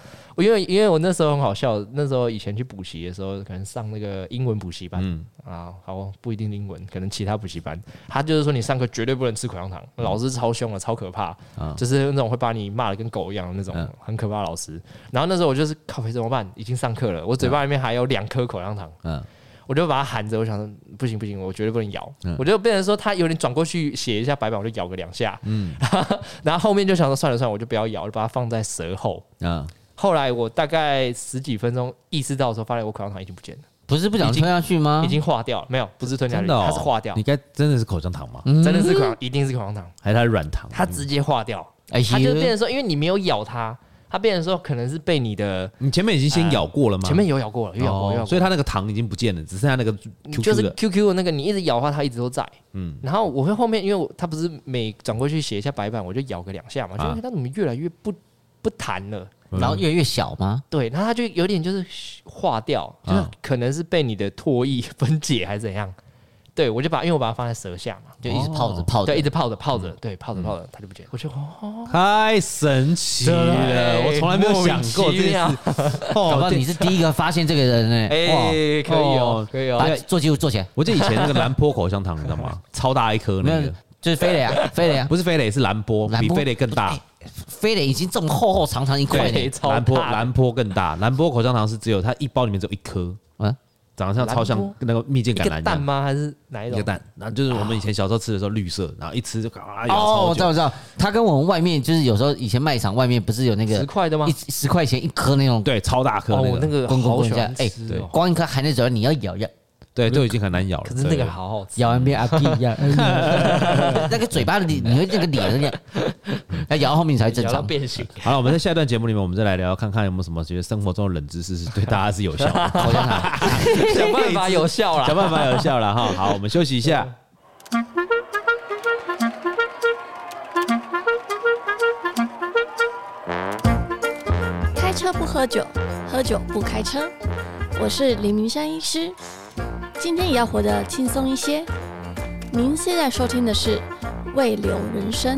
因为因为我那时候很好笑，那时候以前去补习的时候，可能上那个英文补习班、嗯啊，好不一定英文，可能其他补习班，他就是说你上课绝对不能吃口香糖，老师超凶的，超可怕，嗯啊就是那种会把你骂的跟狗一样的那种嗯很可怕的老师。然后那时候我就是靠北怎么办？已经上课了，我嘴巴里面还有两颗口香糖，嗯，我就把它含着，我想说不行不行，我绝对不能咬，嗯我就变成说他有点转过去写一下白板，我就咬个两下，然后后面就想说算了算了，我就不要咬，我就把它放在舌后。啊，后来我大概十几分钟意识到的时候，发现我口香糖已经不见了，不是不想吞下去吗？已经化掉了，没有，不是吞下啊真去，的哦，它是化掉你，嗯该真的是口香糖吗？嗯真的是口香，一定是口香糖，还是它是软糖？它直接化掉，哎它就变呀，成说，因为你没有咬它，它变成说可能是被你的你前面已经先咬过了吗？呃前面有咬过了，有咬过，有咬哦，过，所以它那个糖已经不见了，只剩下那个 QQ 就是的 QQ 的那个，你一直咬的话，它一直都在。嗯嗯，然后我会后面，因为我它不是每转过去写一下白板，我就咬个两下嘛，就啊哎它怎么越来越不不弹了？然后越来越小吗？对，然后它就有点就是嘘化掉，就是啊可能是被你的唾液 分解还是怎样。对，我就把因为我把它放在舌下嘛，就一直泡着哦泡着，对，一直泡着泡着，对，泡着泡着它就不见了。我就哦，太神奇了，对我从来没有想过这件 事。搞不哦好，你是第一个发现这个人呢、哎，可以哦，可以哇，把哦，做记录做起来，我记得以前那个蓝波口香糖，你知道吗？超大一颗没那有个，就是飞雷 啊，飞雷啊，不是飞磊，是蓝波，蓝比波飞磊更大哎。飞雷已经这么厚厚长长一块对嘞，超蓝波大的蓝波更大，蓝波口香糖是只有它一包里面只有一颗，嗯，长得像超蓝像波那个蜜饯一橄个榄蛋样。吗？还是哪一一种个？蛋，然后就是我们以前小时候吃的时候绿色，然后一吃就啊咬超哦，我知道，久我知道，它跟我们外面就是有时候以前卖场外面不是有那个十块的吗一？十块钱一颗那种，对，超大颗哦，那那个，个滚滚好滚喜一下欢，哎吃，对哦，光一颗含在嘴巴，你要咬咬对，就已经很难咬了。可是那对个好好吃。咬完变阿 B 一样， 哎那个嘴巴里你会那个脸那样，要咬到后面才正咬到常。变形，好了，我们在下一段节目里面，我们再来聊，看看有没有什么觉得生活中的冷知识是对大家是有效 的，口香糖，想办法有效想啦。办法有效了 哈。好，我们休息一下。开车不喝酒，喝酒不开车。我是林明山医师，今天也要活得轻松一些。您现在收听的是《未留人生》。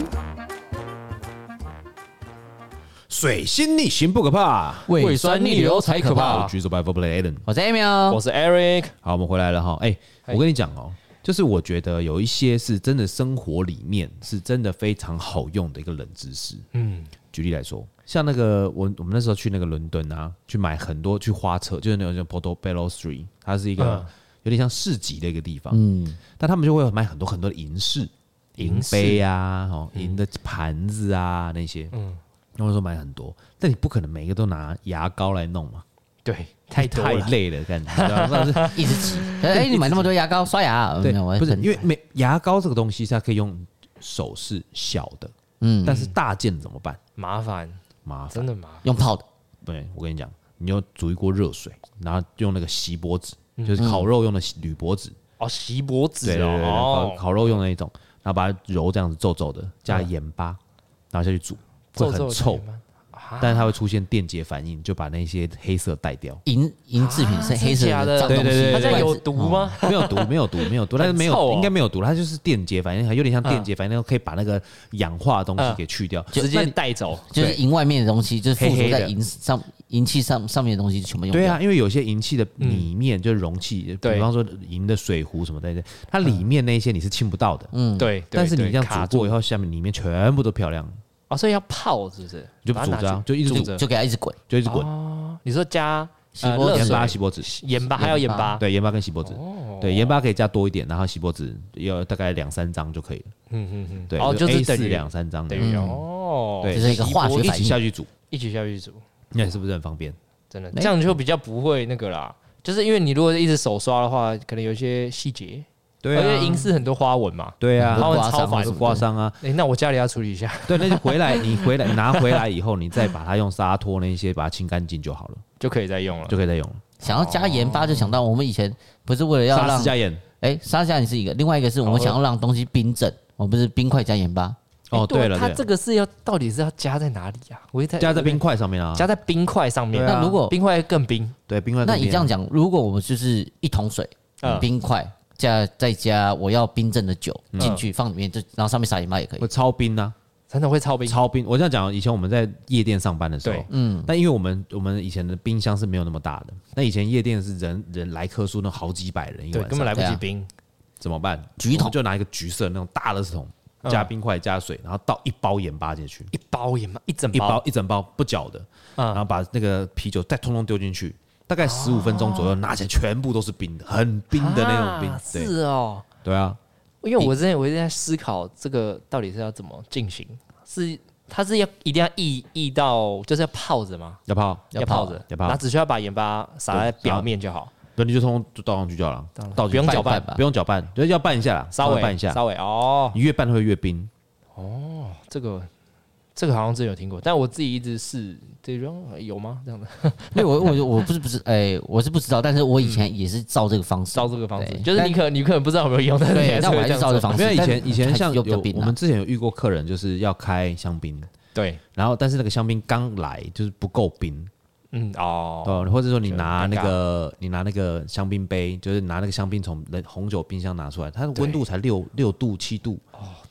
水星逆行不可怕，胃酸逆流才可怕我举手 by for play Allen。我是 a m i 我是 Eric，好，我们回来了哈。哎、嗨我跟你讲哦、就是我觉得有一些是真的生活里面是真的非常好用的一个冷知识。嗯，举例来说，像那个我我们那时候去那个伦敦啊，去买很多去花车，就是那种叫 Portobello Street，它是一个嗯有点像市集的一个地方。嗯，但他们就会买很多很多的银饰、银银饰嗯杯啊、哦银的盘子啊那些，嗯，那我说买很多，但你不可能每一个都拿牙膏来弄嘛，对，太多太了，累了， 感觉，你知道吗那是一直挤。哎，你买那么多牙膏刷牙啊？对没有我，不是很因为每牙膏这个东西它可以用手是小的，嗯但是大件怎么办？麻烦，麻烦，真的麻用泡的，对我跟你讲，你就煮一锅热水，然后用那个锡箔纸，嗯就是烤肉用的铝箔纸，哦，洗脖子对对对，对哦烤，烤肉用的那种，然后把它揉这样子皱皱的，加嗯盐巴，然后下去煮，会皱很皱臭，啊但是它会出现电解反应，就把那些黑色带 掉。银银制品是黑色啊真的脏的假的东西，对对对它对这对样有毒吗？没有毒，没有毒，没有毒，但是没很有，臭哦应该没有毒，它就是电解反应，有点像电解反应，可以把那个氧化的东西嗯给去掉。直那接你带走，就是银外面的东西，就是附黑着黑的在银上银器上上面的东西，全部用对掉。啊，因为有些银器的里面就是容器，嗯对嗯比方说银的水壶什么的，它里面那些你是亲不到的。嗯，对，对但是你对这卡样煮住过以后，下面里面全部都漂亮，哦，所以要泡是不是？就把不它煮拿着啊去，就一直煮煮，着就给它一直滚，就一直滚，哦，你说加洗呃锅热盐巴、水啊锡箔纸，盐巴还有盐盐巴，对，盐巴跟锡箔纸，哦对，盐巴可以加多一点，然后锡箔纸要大概两三张就可以了，嗯嗯嗯，对，哦，就是 A 等四于两三张等的，于哦，对这是一个化学一反起应下。去煮，一起下去煮，那是不是很方便？真的没这样就比较不会那个啦。就是因为你如果一直手刷的话，可能有一些细节，对而且啊银，饰很多花纹嘛。对啊，花纹刮超伤或烦什，么刮伤啊，哎，那我家里要处理一下，对，那就回来， 你回来拿回来以后，你再把它用沙拖那些把它清干净就好了，就可以再用了。就可以再用了。想要加盐巴，就想到我们以前不是为了要沙让士加盐，哎沙拉酱也是一个，另外一个是我们想要让东西冰镇，我们不是冰块加盐巴，哦，诶啊对了，它对这了，个是要到底是要加在哪里呀？我也在加在冰，块上面啊，加在冰块上面。对啊那如果冰块更冰，对冰块上面啊。那你这样讲，如果我们就是一桶水嗯，冰块加再加我要冰镇的酒进去放里面，就然后上面撒盐巴也可以会。超冰啊，真的会超冰。超冰。我这样讲，以前我们在夜店上班的时候对，嗯，但因为我们我们以前的冰箱是没有那么大的，那以前夜店是人人来客数那好几百人一个对，晚根上本来不对及啊冰，怎么办？橘桶我们就拿一个橘色那种大的桶，嗯加冰块加水，然后倒一包盐巴进去，一包也嘛，一整一包包，一整包不搅的，嗯然后把那个啤酒再通通丢进去，大概十五分钟左右，拿起来全部都是冰的，很冰的那种冰啊。对是哦，对啊，因为我之前我一直在思考这个到底是要怎么进行，是它是要一定要意意到就是要泡着吗？要泡，要泡泡着，要泡然后只需要把盐巴撒在表面就好，那你就通通倒上去就好了，倒进去不拌一用搅拌拌，吧不，用搅拌，就是要拌一下啦，稍微拌一下，稍微哦，你越拌会越冰。这个这个好像真有听过，但我自己一直是这种有吗？这样的因为我我我不是不是哎，我是不知道，但是我以前也是照这个方式，照这个方式，对就是你可你可能不知道有没有用，但哦是你对，但会我还这是样照这个做因方式。为以但前以前还是像有有比较冰我啊们之前有遇过客人就是要开香槟，对，然后但是那个香槟刚来就是不够冰嗯哦，哦，或者说你就拿尴那个你拿那个香槟杯，就是拿那个香槟从冷红酒冰箱拿出来，它的温度才六六度七度，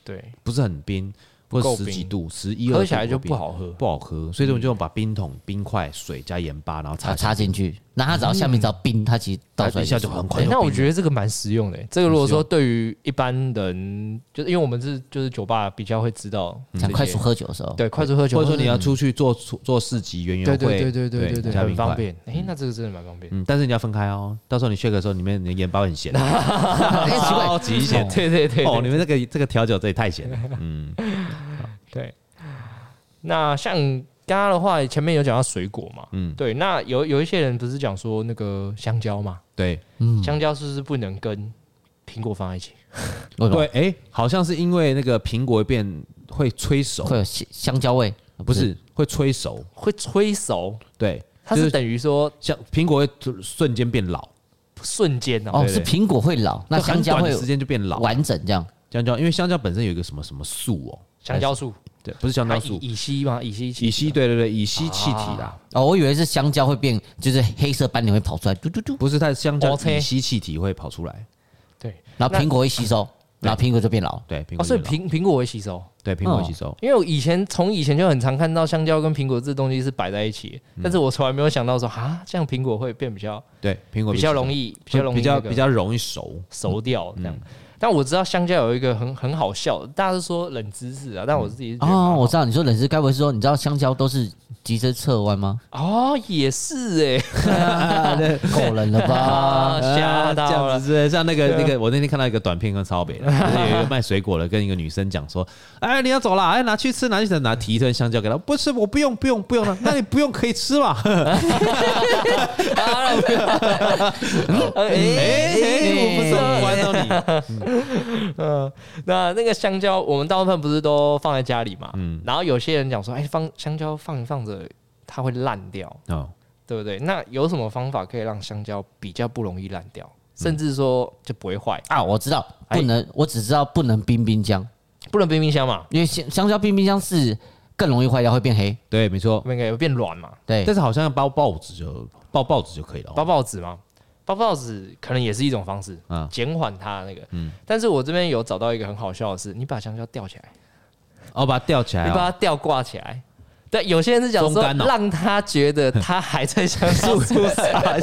对，不是很冰，或够者十几冰度，十一喝二起来度就冰不好喝不好喝，所以我们就把冰桶、冰块、水加盐巴，然后插插插进去，那它只要下面只要冰，它其实倒出它来一下就很快欸就那我冰了觉得这个蛮实用的欸。这个如果说对于一般人，就是因为我们是就是酒吧比较会知道这想些嗯快速喝酒的时候，嗯对快速喝酒，或者说你要要出去做做市集、园游嗯对会，对对对对对对，加很冰方块。便。哎，那这个真的蛮方便。嗯，但是你要分开哦，到时候你 shake 的时候，里面你的盐巴会很咸，哎，奇怪，超级咸。 对对对 哦，对你们这个这个调酒这也太咸 了。对。那像刚刚的话，前面有讲到水果嘛，嗯嗯，对。那有有一些人不是讲说那个香蕉嘛，对香蕉是不是不能跟苹果放在一起？为什 么对，哎，好像是因为那个苹果变会催熟，会有香香蕉味？不是会催熟，会催熟，对，它就是等于说像苹果会瞬间变老，瞬间哦，哦，对是苹果会老，那就很香蕉短会的时间就变老。完整这样。香蕉，因为香蕉本身有一个什么什么素哦，香蕉树，对，不是哎香蕉它素，乙乙烯嘛，乙烯乙烯，对对对，乙烯气体啦，哦，我以为是香蕉会变，就是黑色斑点会跑出来，嘟嘟嘟，不是它的香蕉 OK 乙烯气体会跑出来，对。然后那苹果会吸收，然后苹果就变老。对，苹哦，果所就以老，苹苹果会吸收，对苹果吸收，因为我以前从以前就很常看到香蕉跟苹果这东西是摆在一起，但是我从来没有想到说啊，这样苹果会变比较对苹果比较吸收容易比较容易比较那个比较容易熟，熟掉这样。但我知道香蕉有一个很很好笑的，大家都说冷知识啊，但我自己是觉得蛮哦，好我知道你说冷知，该不会是说你知道香蕉都是急着侧弯吗？哦也是哎、够冷了 吧？啊吓这到样了，啊子是像那个那个，我那天看到一个短片跟超北 的，就是有一个卖水果的跟一个女生讲说，哎，你要走了，哎，拿去吃，拿去吃，拿提一根香蕉给她，不吃，我不用，不用，不用了，那你不用可以吃嘛？ 哎 哎哎，我不是很玩到你，嗯，那那个香蕉，我们大部分不是都放在家里嘛？嗯，然后有些人讲说，哎、放香蕉放一放着，它会烂掉，哦，对不对？那有什么方法可以让香蕉比较不容易烂掉，甚至说就不会坏？啊，我知道，哎不能，我只知道不能冰冰箱，不能冰冰箱嘛，因为香香蕉冰冰箱是更容易坏掉，会变黑。对，没错，那个变软嘛，对但，是好像包报纸就包报纸就可以了哎包哦，报纸嘛，包报纸可能也是一种方式，啊减缓它那个。但是我这边有找到一个很好笑的是，你把香蕉吊起来，哦，把它吊起来你把哦，它吊挂起来。对，有些人是讲中说间哦让他觉得他还在香蕉树上，让他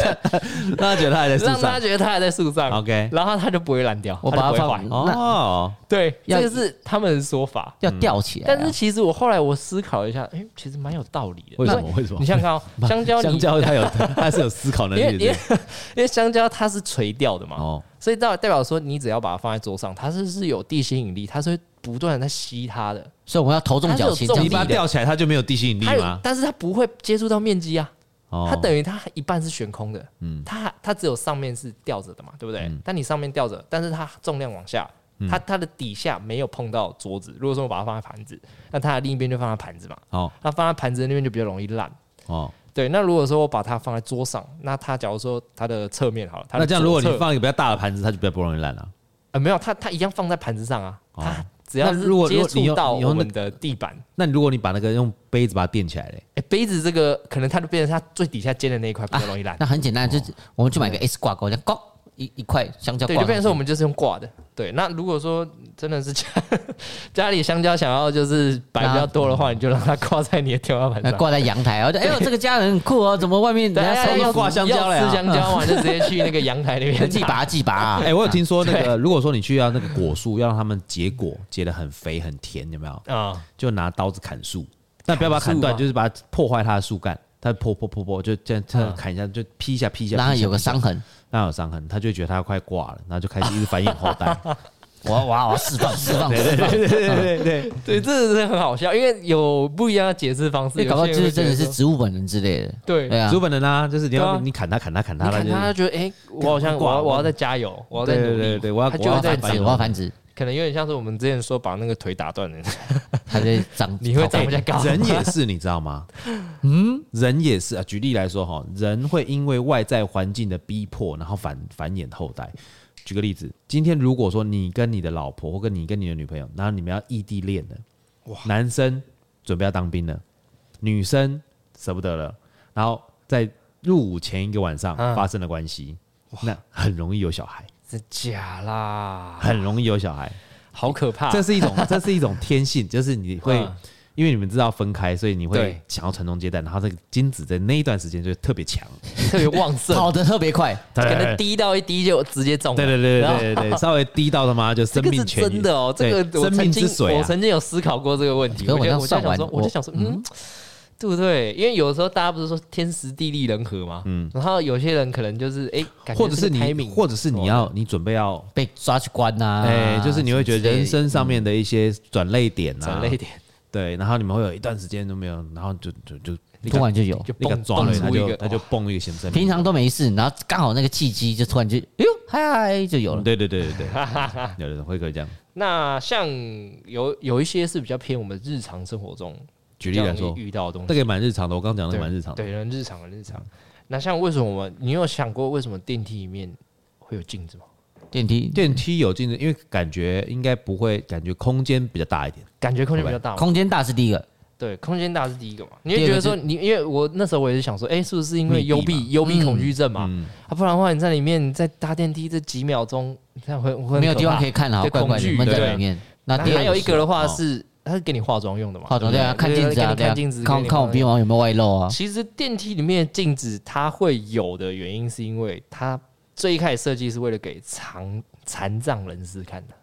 觉得他 还在树让他上觉得它还在树上 OK 然后它就不会烂掉，我它把就它不会放坏。那哦，对，要这个是他们的说法。要吊起来啊。但是其实我后来我思考一下，哎、其实蛮有道理的。为什那么？为什么你？想想看哦，香蕉你，香蕉它有它是有思考能因为力因为的因为香蕉它是垂钓的嘛，哦，所以代代表说你只要把它放在桌上，它是是有地心引力，它是会不断的在吸它的，所以我们要头重脚轻，它这是有重你样力把它子。吊起来，它就没有地心引力它有吗，？但是它不会接触到面积啊。哦嗯它等于它一半是悬空的，它它只有上面是吊着的嘛，对不对？但你上面吊着，但是它重量往下，嗯它它的底下没有碰到桌子。如果说我把它放在盘子，那它的另一边就放在盘子嘛，哦那放在盘子那边就比较容易烂。哦，对，那如果说我把它放在桌上，那它假如说它的侧面好了，它的那这样如果你左侧放一个比较大的盘子，它就比较不容易烂了。呃没有，它它一样放在盘子上啊，哦它只要那是如果如接果你触用到你用我那们的地板，那如果你把那个用杯子把它垫起来嘞，哎，杯子这啊个可能它就变成它最底下尖的那一块比较容易烂。那很简单，就是我们去买个 S 挂钩，这样勾一一块香蕉对，挂上去。就变成说我们就是用挂的。对，那如果说真的是家 家里香蕉想要就是摆比较多的话，你就让它挂在你的天花板呃上。挂在阳台，然后就哎呦这个家人很酷哦，怎么外面人对哎家收要衣挂香蕉了呀要吃香蕉嘛，就直接去那个阳台那服边寄拿。拔寄拔啊？哎、我有听说那个，如果说你去要那个果树，要让他们结果结得很肥很甜，有没有？啊，就拿刀子砍树，但不要把它砍断，砍树吗就是把它破坏它的树干，它破破破破，就这样这样嗯砍一下，就劈一下劈一下，然后劈一下有个，劈伤痕，一下让它有伤痕，他就会觉得他快挂了，然后就开始一直繁衍后代。我要我要我要释放释放释放，对对对对，对，这真的很好笑，因为有不一样的解释方式。哎所以哎搞不好有就些人是会真的觉得是说植物本人之类的。对对啊主，本人啊，就是你对要啊你砍他砍他砍他，你他看就他就觉得，哎、我好像我要我要再加油，我要再对努对力，对对，我要他我就要会在再繁繁衍殖我长要后代。繁殖，可能有点像是我们之前说把那个腿打 断的，它就会长， 你会跑长开比较高。人 也是，你知道吗？嗯，人也是啊。举例来说哈，人会因为外在环境的逼迫，然后繁繁衍后代。举个例子，今天如果说你跟你的老婆或跟你跟你的女朋友，然后你们要异地恋的，男生准备要当兵了，女生舍不得了，然后在入伍前一个晚上嗯发生了关系，那很容易有小孩，是假啦，很容易有小孩。好可怕。这是一 种，这是一种天性，就是你会啊嗯，因为你们知道分开，所以你会对想要传宗接代，然后这个精子在那一段时间就特别强，特别 旺盛，跑得特别快，对可能滴到一滴就直接中了。对对对然后对对对，稍微低到他妈就这生个命是全真的哦，这对个我生曾命之经水我啊，曾经有思考过这个问题。可是我就这样我就算想完说，我就想说，嗯，对不对？因为有时候大家不是说天时地利人和嘛，嗯，然后有些人可能就是哎，感觉或者是这个你， timing 啊或者是你要你准备要，被抓去关呐。哎，就是你会觉得人什么生上面的一些转泪点啊，转了一点，对，然后你们会有一段时间都没有，然后就就就之类的突然就有，就那个蹦抓了，蹦他出一就个，哦他就蹦一个先生，平常都没事，然后刚好那个契机就突然就哎呦嗨就有了。对对对对 对，有的人会可以这样。那像有有一些是比较偏我们日常生活中举例来比较说容易，遇到的东这西，个也蛮日常的，我刚刚讲的对蛮日常的。对，人日常的日常。那像为什么我们你有想过为什么电梯里面会有镜子吗？电梯电梯有竞争，因为感觉应该不会，感觉空间比较大一点。感觉空间比较大嘛，空间大是第一个，对，空间大是第一个嘛。你第会二觉个得说你，因为我那时候我也是想说，哎，是不是因密为闭幽嘛闭幽闭恐惧症嘛？嗯，啊，不然的话你在里面你在搭电梯这几秒钟，你看会会很没有可地方怕可以看好，对怪怪恐的惧闷在对里面。那那第还二有个一个的哦话是，它是给你化妆用的嘛？化妆对啊，不看镜子啊，给你对啊看镜子，看给你看我鼻毛有没有外露啊。其实电梯里面的镜子它会有的原因，是因为它最一开始设计是为了给残残障人士看的。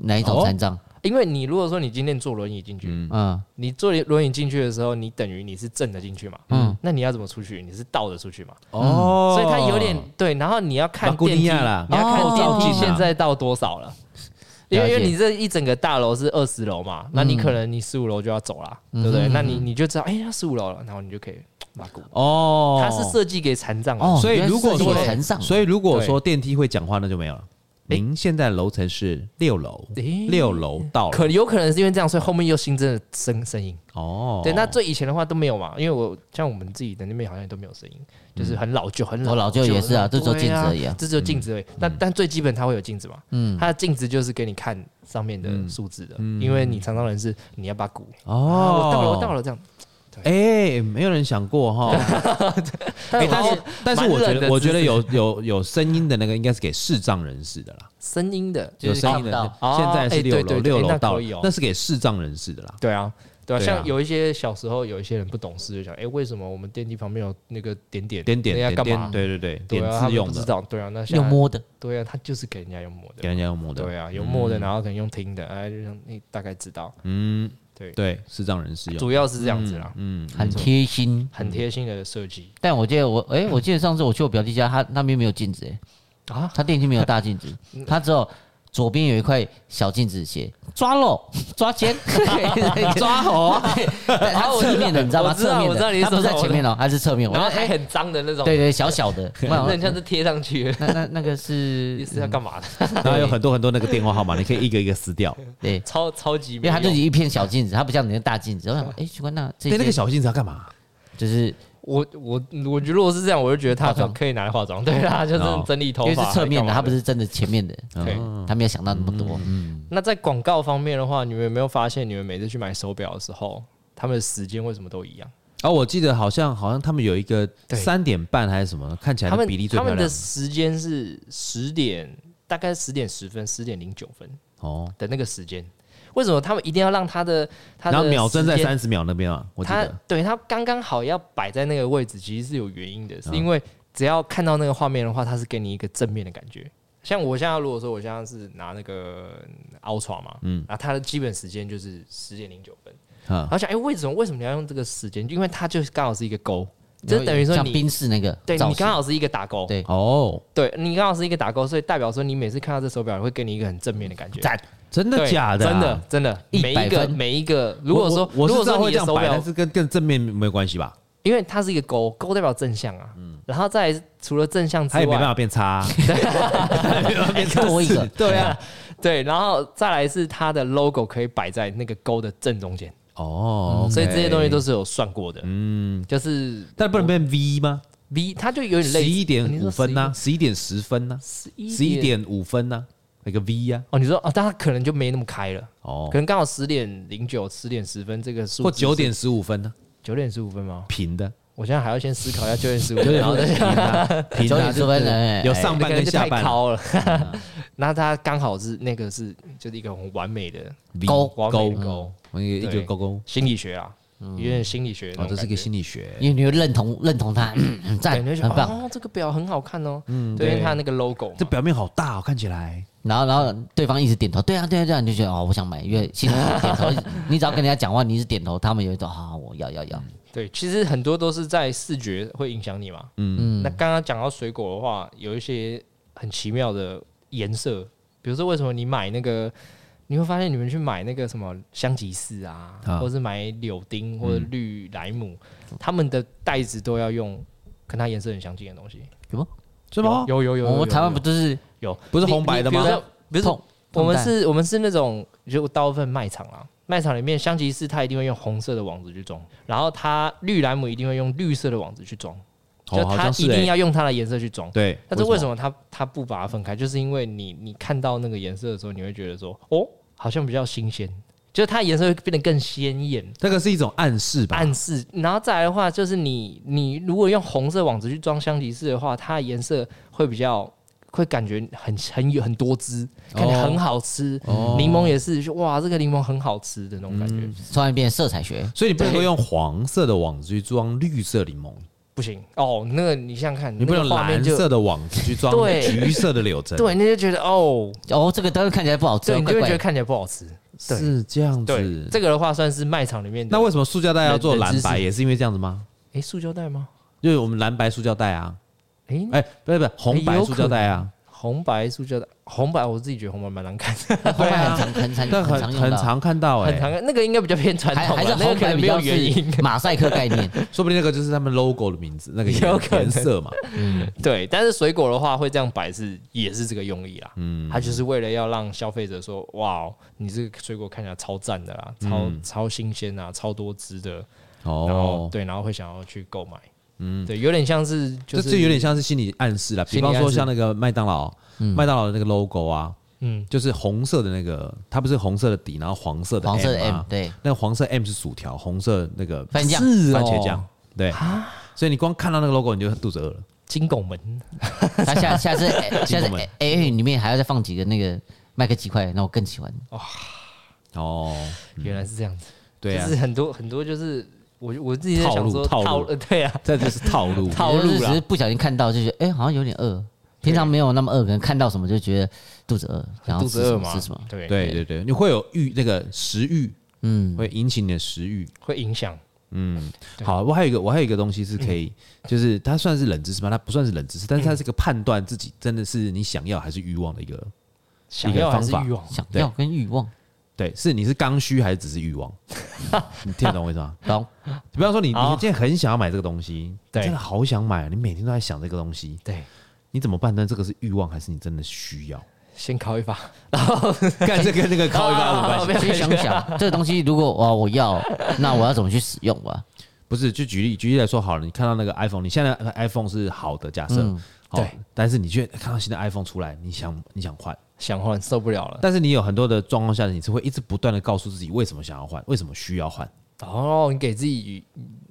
哪一种残障？因为你如果说你今天坐轮椅进去，嗯，你坐轮椅进去的时候，你等于你是正的进去嘛，嗯，那你要怎么出去？你是倒着出去嘛，哦所以它有点对。然后你要看马古电尼梯，亚啦你要看哦电梯照镜啊现在到多少了。因了为解因为你这一整个大楼是二十楼嘛，那你可能你十五楼就要走啦，对不对？那你你就知道，哎，要十五楼了，然后你就可以马古。哦，它是设计给残障的哦，所以原来是如果设计说给残障，所以如果说电梯会讲话，那就没有了。您现在的楼层是六楼，诶六楼到了可有可能是因为这样，所以后面又新增了声声音。哦。对，那最以前的话都没有嘛，因为我像我们自己的那边好像也都没有声音，就是很老旧，很我老旧也是啊这这只有镜子而已啊这只有镜子而已。但但最基本它会有镜子嘛，嗯，它的镜子就是给你看上面的数字的，因为你常常人是你要把鼓，啊哦，我到了，我到。了这样。哎，没有人想过 哈，哎，但是但是我觉蛮冷得的我觉得姿势有有有声音的那个应该是给视障人士的啦，声音的，就有是声看音不的到哦现在是哎六对楼，对对六楼那到可了以哦，那是给视障人士的啦。对啊，对啊，对啊像有一些小时候有一些人不懂事，就想，哎，为什么我们电梯旁边有那个点点点点那要点干嘛点，？对对对，对点啊字他们用不知的，道，对啊，那现用在摸的，对啊，他就是给人家用摸的给嘛，人家用摸的。对啊，用摸嗯的，然后可能用听的，哎，就让你大概知道，嗯，对对，视障人士用。主要是这样子啦，嗯，很贴心。很贴心的设计但我记得我，哎，我记得上次我去我表弟家，他那边没有镜子，哎，啊，他电梯没有大镜子，他只有左边有一块小镜子，写抓漏、 抓奸、抓猴。 他侧面的，你知道吗？我知道侧面我知道你的，他是不是在说什么前面哦，他是侧面。我然后说还哎很脏的那种，对，嗯对，小小的。我想那你像是贴上去 的，那那那个是你是要干嘛的？嗯然后有很多很多那个电话号码，你可 以一个一个撕掉。对，超超级因没为用，它就是一片小镜子，它不像你的大镜子。我想，哎，奇怪，那这对，那个些小镜子要干嘛？就是我我我觉得如果是这样，我就觉得他化妆可以拿来化妆，对啦，就是哦整理头因为发，是侧面的，它还干嘛不是哦真的前面的，对。他没有想到那么多。嗯那在广告方面的话，你们有没有发现，你们每次去买手表的时候，他们的时间为什么都一样？啊，我记得好像好像他们有一个对三点半还是什么，看起来他的们比例最他漂们亮的时间是十点，大概十点十分、十点零九分哦。的那个时间。为什么他们一定要让他的他的然后秒针在时间三十秒那边啊，我记他得对他刚刚好要摆在那个位置，其实是有原因嗯的，是因为只要看到那个画面的话，它是给你一个正面的感觉。像我现在如果说我现在是拿那个 Ultra 嘛，嗯，然后它的基本时间就是十点零九分，啊然，后想，哎、为什么为什么你要用这个时间？因为它就是刚好是一个勾，就等于说像你冰室那个对造你型，刚好是一个打勾，对哦，对你刚好是一个打勾，所以代表说你每次看到这手表会给你一个很正面的感觉。赞，真的对假的啊？真的真的， 100每一个分每一个，如果说我我如我是果知道说会这你的样手摆，表但是跟跟正面没有关系吧？因为它是一个勾，勾代表正向啊。然后再来除了正向之它嗯也没外，办法变差啊，它 也没办法变差多哎一个，对啊， 对，然后再来是它的 logo 可以摆在那个勾的正中间，哦，所以这些东西都是是有算过的。哎嗯，就是但不能变 V 吗？ V，它就有点十类似一点五分呐，，十一点十分呐，十十一一点点五分呐，那个 V 呀，哦，你说哦，但它可能就没那么开了，哦可，能刚好十点零九、十点十分这个数字或是九点十五分呢，九点十五分吗？平的，我现在还要先思考一下九点 十五有分，点然后再平的，平九的点十分哎有上那半个跟就下太半啊高了。 那它刚好是那个是就是一个很完美的 V 嗯勾完勾美的勾我一个一个嗯对勾勾，心理学啊，有点心理学那哦，种感觉。这是一个心理学，因为你会认同认同它，嗯嗯赞，感觉就很觉得棒。哦，这个表很好看哦，嗯，对，因为它那个 logo，嘛这表面好大哦，看起来然后然后对方一直点头，对啊对啊对啊，你就觉得哦我想买，因为心里点 头，你只要跟人家讲话，你一直点头，他们也会说好，好我要要要。对，其实很多都是在视觉会影响你嘛，嗯嗯。那刚刚讲到水果的话，有一些很奇妙的颜色，比如说为什么你买那个，你会发现你们去买那个什么香吉士啊，啊嗯或者是买柳丁或者绿莱姆，他们的袋子都要用跟它颜色很相近的东西，是吗？有有有有，我们台湾不有就是有不是你红你白的比如吗说不是碰我们碰是，我们是那种就大部分卖场啊，卖场里面香吉士它一定会用红色的网子去装，然后它绿莱姆一定会用绿色的网子去装，就哦，好它像一是定欸要用它的颜色去装。对，但是为什么？么它它不把它分开？就是因为你你看到那个颜色的时候，你会觉得说，哦，好像比较新鲜，就是它的颜色会变得更鲜艳。这个是一种暗示吧？暗示，然后再来的话，就是你你如果用红色网子去装香吉士的话，它的颜色会比较会感觉很很有很多汁，看起来很好吃。哦嗯柠、檬也是，就哇，这个柠檬很好吃的那种感觉。突然变色彩学，所以你不能够对用黄色的网子去装绿色柠檬，不行哦，那个你想想看，你不那能个用画面蓝就色的网子去装对橘色的柳橙，对，，你就觉得哦，哦，这个当然看起来不好吃，对，你就怪会怪觉得的。看起来不好吃。对是这样对子，。这个的话算是卖场里面的。那为什么塑胶袋要做冷蓝冷知识白，也是因为这样子吗？诶，塑胶袋吗？因为我们蓝白塑胶袋啊，诶，哎，不是不是红白有塑胶袋啊，红白塑胶袋，红白我自己觉得红白蛮难看的， 红白很常很常但很很常用很到，常看到很常哎，看。那个应该比较偏传还统吧，还是那个红可白能比没有较原是因。马赛克概念，说不定那个就是他们 logo 的名字，那个颜有可能颜色 嘛。 对，但是水果的话会这样摆是也是这个用意啦，嗯，它就是为了要让消费者说，哇哦，你这个水果看起来超赞的啦，超、超新鲜啊，超多汁的，然后、嗯哦，对，然后会想要去购买，嗯，对，有点像是就这是这有点像是心理暗示啦。比心理方暗示说像那个麦当劳，麦当劳的那个 logo 啊，嗯，就是红色的那个，它不是红色的底，然后黄色的黄色的 M 啊 M 对，那个黄色 M 是薯条，红色那个番酱是哦番茄酱，对。所以你光看到那个 logo 你就肚子饿了。金拱门，嗯 他下下 次哎进下次口门 A A 里面还要再放几个那个麦克鸡块，那我更喜欢。哦，原来是这样子，对啊就是，很多很多就是我我自己在想说套路套路呃对啊，这就是套 路。套路啦就是只是不小心看到就觉得哎、好像有点饿，平常没有那么饿，可能看到什么就觉得肚子饿，然后肚吃子什饿么嘛吃什么，，对，对对对，你会有欲那个食欲，嗯，会引起你的食欲。会影响，好，我还有一个，我还有一个东西是可以，嗯就是它算是冷知识吗？它不算是冷知识，但是它是一个判断自己真的是你想要还是欲望的一个，想要还是方法欲望，想对要跟欲望，对，是你是刚需还是只是欲 望？你听得懂我意思吗？懂？比方说你，你好今天很想要买这个东西，你对真的好想买，啊你每天都在想这个东西，对，你怎么判断这个是欲望还是你真的需要？ 先考一发， 干这跟那个靠一般有关系？ 没有其实想想这个东西，如果哦我要，那我要怎么去使用啊？不是，就举例举例来说好了，你看到那个 iPhone，你现在的 iPhone 是好的，假设、嗯好对，但是你却看到新的 iPhone 出来，你想你想换，想换呃受不了了，但是你有很多的状况下，你是会一直不断的告诉自己为什么想要换，为什么需要换，哦，你给自己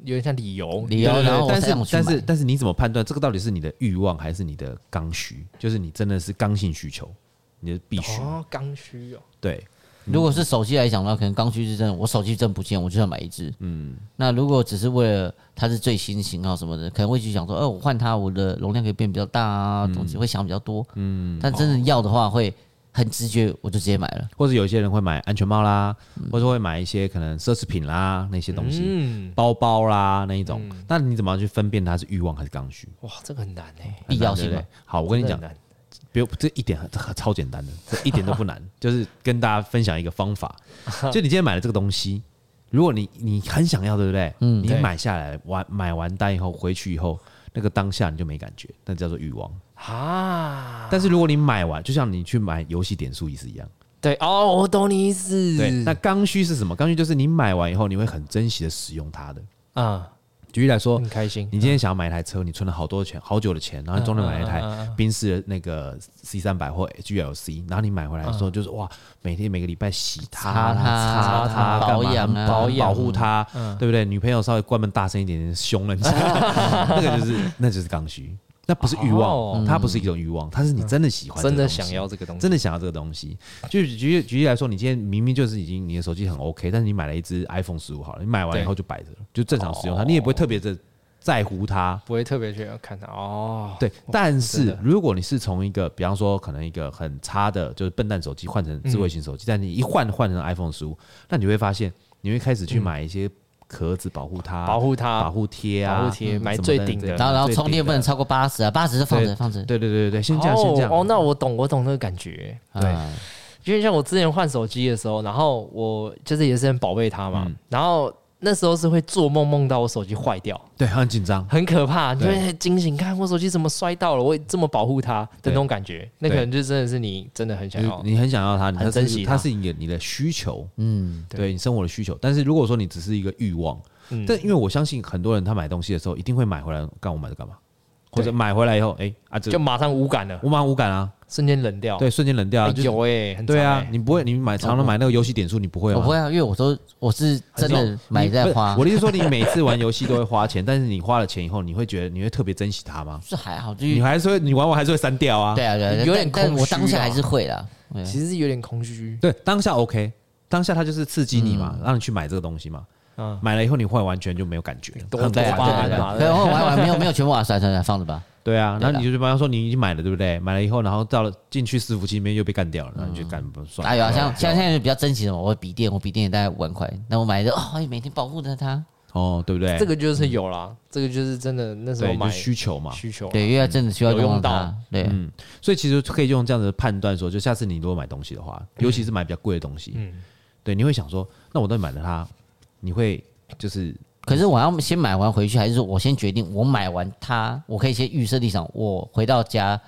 有点像理由，理由对对对然后我但才想是去但买是但是你怎么判断这个到底是你的欲望还是你的刚需？就是你真的是刚性需求，你的必须。哦，刚需哦，对，如果是手机来讲的话，可能刚需是真的，我手机真不见，我就想买一只。嗯，那如果只是为了它是最新型号什么的，可能会去想说，哦、我换它，我的容量可以变比较大啊，总之会想比较多。嗯，但真的要的话，会很直觉，我就直接买了。或者有些人会买安全帽啦，嗯或者会买一些可能奢侈品啦那些东西，嗯，包包啦那一种。嗯那你怎么样去分辨它是欲望还是刚需？哇，这个很难哎，必要性对嘛不对？好，我跟你真讲的，很难不用这一点很这很超简单的，这一点都 不难，就是跟大家分享一个方法。就你今天买了这个东西，如果你你很想要，对不对？嗯，你对买下来完买完单以后回去以后，那个当下你就没感觉，那叫做欲望。啊，但是如果你买完，就像你去买游戏点数也是一样。对哦，我懂你意思，对，那刚需是什么？刚需就是你买完以后，你会很珍惜的使用它的。啊，举例来说，很开心，你今天想要买一台车，你存了好多钱、好久的钱，然后你终于买了一嗯嗯嗯台宾士的那个 C 三百或 GLC，然后你买回来的时候就是哇，每天每个礼拜洗它、擦它擦它、干保嘛养啊保保保护它，嗯对不对？女朋友稍微关门大声一点 点，凶了你，那个就是那就是刚需，那不是欲哦嗯望，它不是一种欲望，它是你真的喜欢，真的想要。这个东西，真的想要这个东西，就举举例来说，你今天明明就是已经你的手机很 OK，但是你买了一只 iPhone 十五好了，你买完以后就摆着了，就正常使哦用它，你也不会特别的在乎它，不会特别去看它哦，对，但是的如果你是从一个，比方说可能一个很差的，就是笨蛋手机换成智慧型嗯手机，但你一换换成 iPhone 十五，那你会发现，你会开始去买一些壳子保护它、嗯保护它保护贴啊、保护贴嗯买什么最顶的这然后，然后最充电顶不能的超过八十啊，八十就放着对放着。对对对对，先这样，先这哦样。哦，那我懂，我懂那个感觉。对啊因为像我之前换手机的时候，然后我就是也是很宝贝它嘛，嗯然后那时候是会做梦梦到我手机坏掉，对，很紧张。很可怕，就对会惊醒，看我手机怎么摔到了，我这么保护它的那种感觉，那可能就真的是你真的很想你要，你很想要它，你很它珍是惜它它是你的你的需求，嗯，对对你生活的需求。但是如果说你只是一个欲望，嗯但因为我相信很多人他买东西的时候一定会买回来，干我买这干嘛？或者对买回来以后，哎啊，这就马上无感了，我马上无感啊，瞬间冷掉。对，瞬间冷掉哎啊，就是有哎，很对长啊哎，你不会，你买常常买那个游戏点数，你不会我吗？不会啊，因为我都我是真的买不在是花我，的意思说，你每次玩游戏都会花钱，但是你花了钱以后，你会觉得你会特别珍惜它吗？是还好，就是你还是会，你玩完还是会删掉啊？对啊对啊，有点但但空我虚啊当下还是会啦。对其实是有点空虚，对，当下 OK，当下它就是刺激你嘛，让你去买这个东西嘛。嗯买了以后你会完全就没有感觉了，多很对对啊啊，麻对烦啊花对的。啊，可能后来完没有没有全部把它甩出来，放着吧。对啊，然后对你就比方说你已经买了，对不对？买了以后，然后到了进去伺服器里面又被干掉嗯了，然后你就干不算了。哎呀，像像现在就比较珍惜什么，我笔电，我笔电也大概五万块，那我买的哦，哎每天保护着它。哦，对不对？这个就是有啦，这个就是真的那时候对就买是需求嘛，需求，啊对，因为它真的需要有用用到它。对，嗯所以其实可以用这样子的判断说，就下次你如果买东西的话，尤其是买比较贵的东西，嗯对，你会想说，那我到底买了它，你会就是可是我要先买完回去，还是说我先决定我买完它，我可以先预设立场，我回到家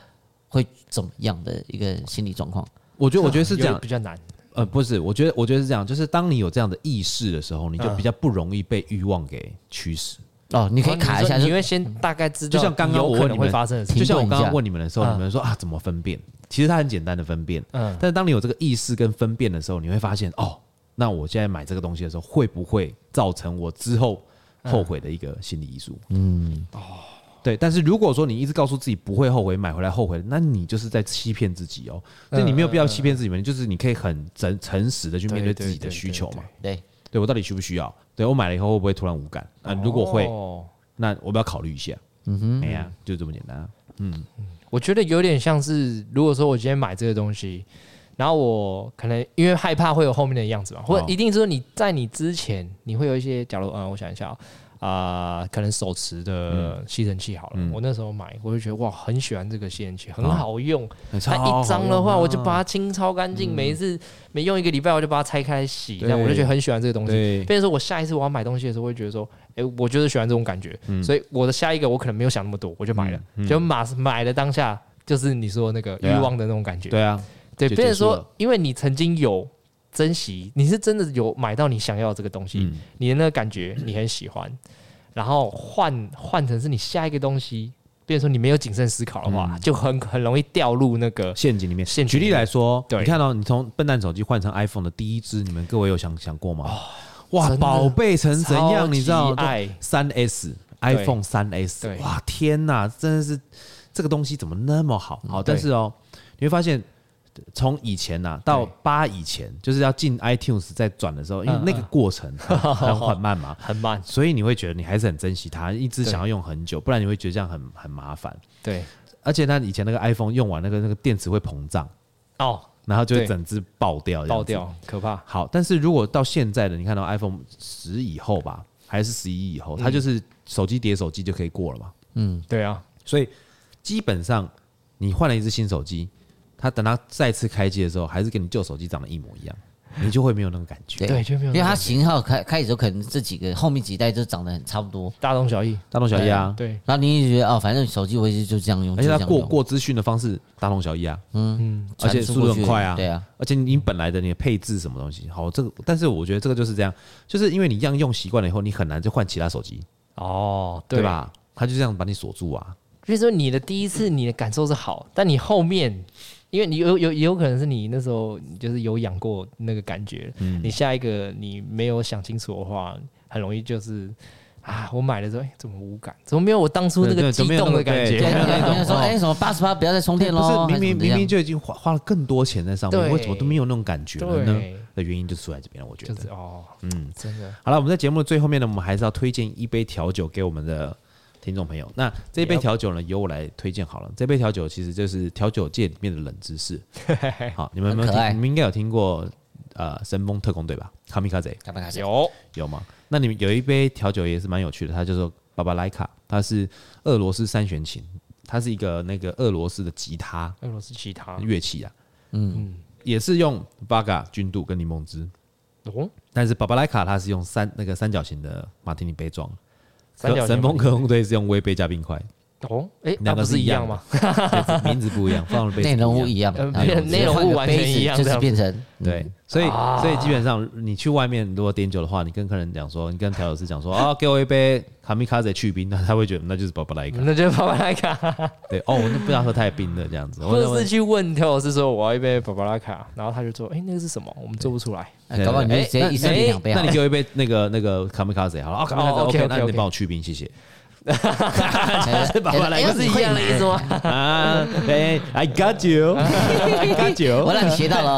会怎么样的一个心理状况？我觉得我觉得是这啊有样比，较难，呃，不是，我觉得我觉得是这样，就是当你有这样的意识的时候，你就嗯比较不容易被欲望给驱使。哦，你可以哦卡一下，说就你会先大概知道，就像刚刚有我问可你能们会发生的事停就像情，我顿一下刚刚问你们的时候，嗯你们说啊，怎么分辨？其实它很简单的分辨，嗯，但是当你有这个意识跟分辨的时候，你会发现哦，那我现在买这个东西的时候，会不会造成我之后后悔的一个心理因素？嗯，哦，对。但是如果说你一直告诉自己不会后悔，买回来后悔，那你就是在欺骗自己哦。所以你没有必要欺骗自己嘛，就是你可以很诚诚实的去嗯面对自己的需求嘛。对，对我到底需不需要？对我买了以后会不会突然无感？啊，如果会，哦那我们要考虑一下。嗯哼，哎呀，就这么简单啊。我觉得有点像是，如果说我今天买这个东西，然后我可能因为害怕会有后面的样子嘛，或者哦一定是说你在你之前，你会有一些，假如嗯，我想一下啊、啊可能手持的吸尘器好了，嗯我那时候买，我就觉得哇，很喜欢这个吸尘器，很哦好用。它它一张的啊话，我就把它清超干净，每一次每用一个礼拜，我就把它拆开来洗，嗯对这样我就觉得很喜欢这个东西。对变成说我下一次我要买东西的时候，会觉得说，哎、我就是喜欢这种感觉，嗯所以我的下一个我可能没有想那么多，我就买了，嗯嗯就马买了当下就是你说那个欲对啊望的那种感觉，对啊，对，就变成结束说了，因为你曾经有珍惜，你是真的有买到你想要的这个东西，嗯你的那个感觉你很喜欢，然后换换成是你下一个东西，变成说你没有谨慎思考的嗯话，就很很容易掉入那个陷阱里面。陷阱举例来说，哦对你看到、你从笨蛋手机换成 iPhone 的第一支，你们各位有想想过吗？哇，哦真的宝贝成怎超样？级你知道爱三 S iPhone 三 S，对哇，天哪，真的是这个东西怎么那么好？好，但是哦，你会发现。从以前呐、到对八以前，就是要进 iTunes 再转的时候，因为嗯那个过程 很很缓慢嘛，很慢，所以你会觉得你还是很珍惜它，一直对想要用很久，不然你会觉得这样很很麻烦。对，而且它以前那个 iPhone 用完那个那个电池会膨胀，哦，然后就会对整只爆掉，爆。掉，可怕，好，但是如果到现在的，你看到 iPhone 十以后吧，还是十一以嗯后，它就是手机叠手机就可以过了嘛。对啊，所以基本上你换了一只新手机，它等它再次开机的时候，还是跟你旧手机长得一模一样，你就会没有那种感觉。对就没有因为那种它感觉型号开开始就可能这几个后面几代就长得很差不多，大同小异，大同小异啊，对，然后你也觉得哦，反正手机我一直就这样用，而且它就这样过用过资讯的方式大同小异啊，嗯，而且传输速度过很去快啊对啊，而且你本来的你的配置什么东西，好这个，但是我觉得这个就是这样，就是因为你一样用习惯了以后，你很难就换其他手机，哦，对对？吧？它就这样把你锁住啊，所以说你的第一次你的感受是好，但你后面，因为你有有有可能是你那时候就是有养过那个感觉，嗯你下一个你没有想清楚的话，很容易就是啊，我买的时候哎、怎么无感，怎么没有我当初那对个对激怎么没有动那的个感对对觉？啊，人家说哦哎什么八十八不要再充电喽，不是明明还怎么明样明就已经花花了更多钱在上面，对为什么都没有那种感觉了呢？对，的原因就出在这边了，我觉就得。是哦，嗯嗯，真的好了，我们在节目的最后面呢，我们还是要推荐一杯调酒给我们的 听众朋友。那这杯 Yep 调酒呢，由我来推荐好了。这杯调酒其实就是调酒界里面的冷知 识。好，你们有没有很可爱听？你们应该有听过呃神风特工队吧？卡米卡贼干嘛干嘛有有吗？那你们有一杯调酒也是蛮有趣的，它叫做巴巴莱卡，它是俄罗斯三弦琴，它是一个那个俄罗斯的吉他俄罗斯其他，乐器啊，嗯，也是用 Vaga 菌度跟柠檬汁。哦，但是巴巴莱卡它是用三那个三角形的马提尼杯装，三角形神风马提尼可控队是用微杯加冰 块，哦，哎、那两个不是是一一样样的吗？ 对名字不一样，放的杯子内容物不一样。一样呃，然后内容物完全换个一样杯子就这是样变成嗯嗯对，所以啊所以基本上你去外面如果点酒的话，你跟客人讲说，你跟调酒师讲说，啊，给我一杯卡米卡仔去冰，那他会觉得那就是巴巴莱卡。那就巴巴拉卡，对，哦，我那不要喝太冰的这样子。或我者是去问调老师说我要一杯巴巴拉卡，然后他就说，哎、那个是什么？我们做不出来。呃搞不好你就哎直接一那次点两杯啊那好你了。给我一杯那个那个卡米卡仔好了，啊，卡米卡仔哦 OK， OK，OK，那你 OK 帮我去冰，谢谢。 哎爸爸来哎不 是一样的意思吗？ 啊，哎，I got you，I got 哦我 you。 让你学到了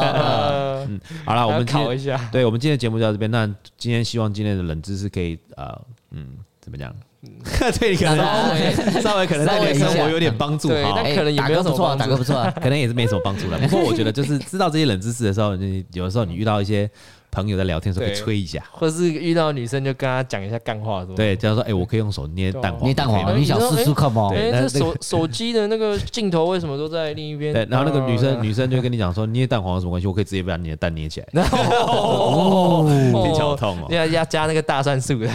呃。好啊了，我们今天考一下，对，我们今天的节目就到这边。那今天希望今天的冷知识可以呃，嗯，怎么讲？ 对你可稍能稍微可能对你的生活有点帮助对哈，那可能也打没有歌不什么错啊，帮助打歌不错啊。可能也是没什么帮助了。不过我觉得就是知道这些冷知识的时候，你有的时候你遇到一些朋友在聊天的时候，可以对吹一下。或是遇到女生就跟她讲一下干话，是吗？对，就说哎，我可以用手捏啊蛋黄，哦你蛋可以吗黄，你小四叔 come 哎、对 on，那这手手机的那个镜头为什么都在另一边？对，然后那个女生 啊女生就会跟你讲说，捏蛋黄有什么关系？我可以直接把你的蛋捏起来。 哦，听起来好痛哦要要加那个大算 术的，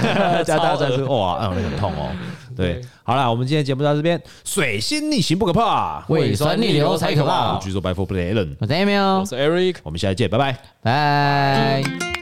加大战超术 恶，哇，嗯，很痛 哦。对对，好啦，我们今天节目到这边，水星逆行不可怕，胃酸逆流才可我怕是。巨兽白富 Play Allen，我是 Emil，我是 Eric。我们下期见，拜拜。拜。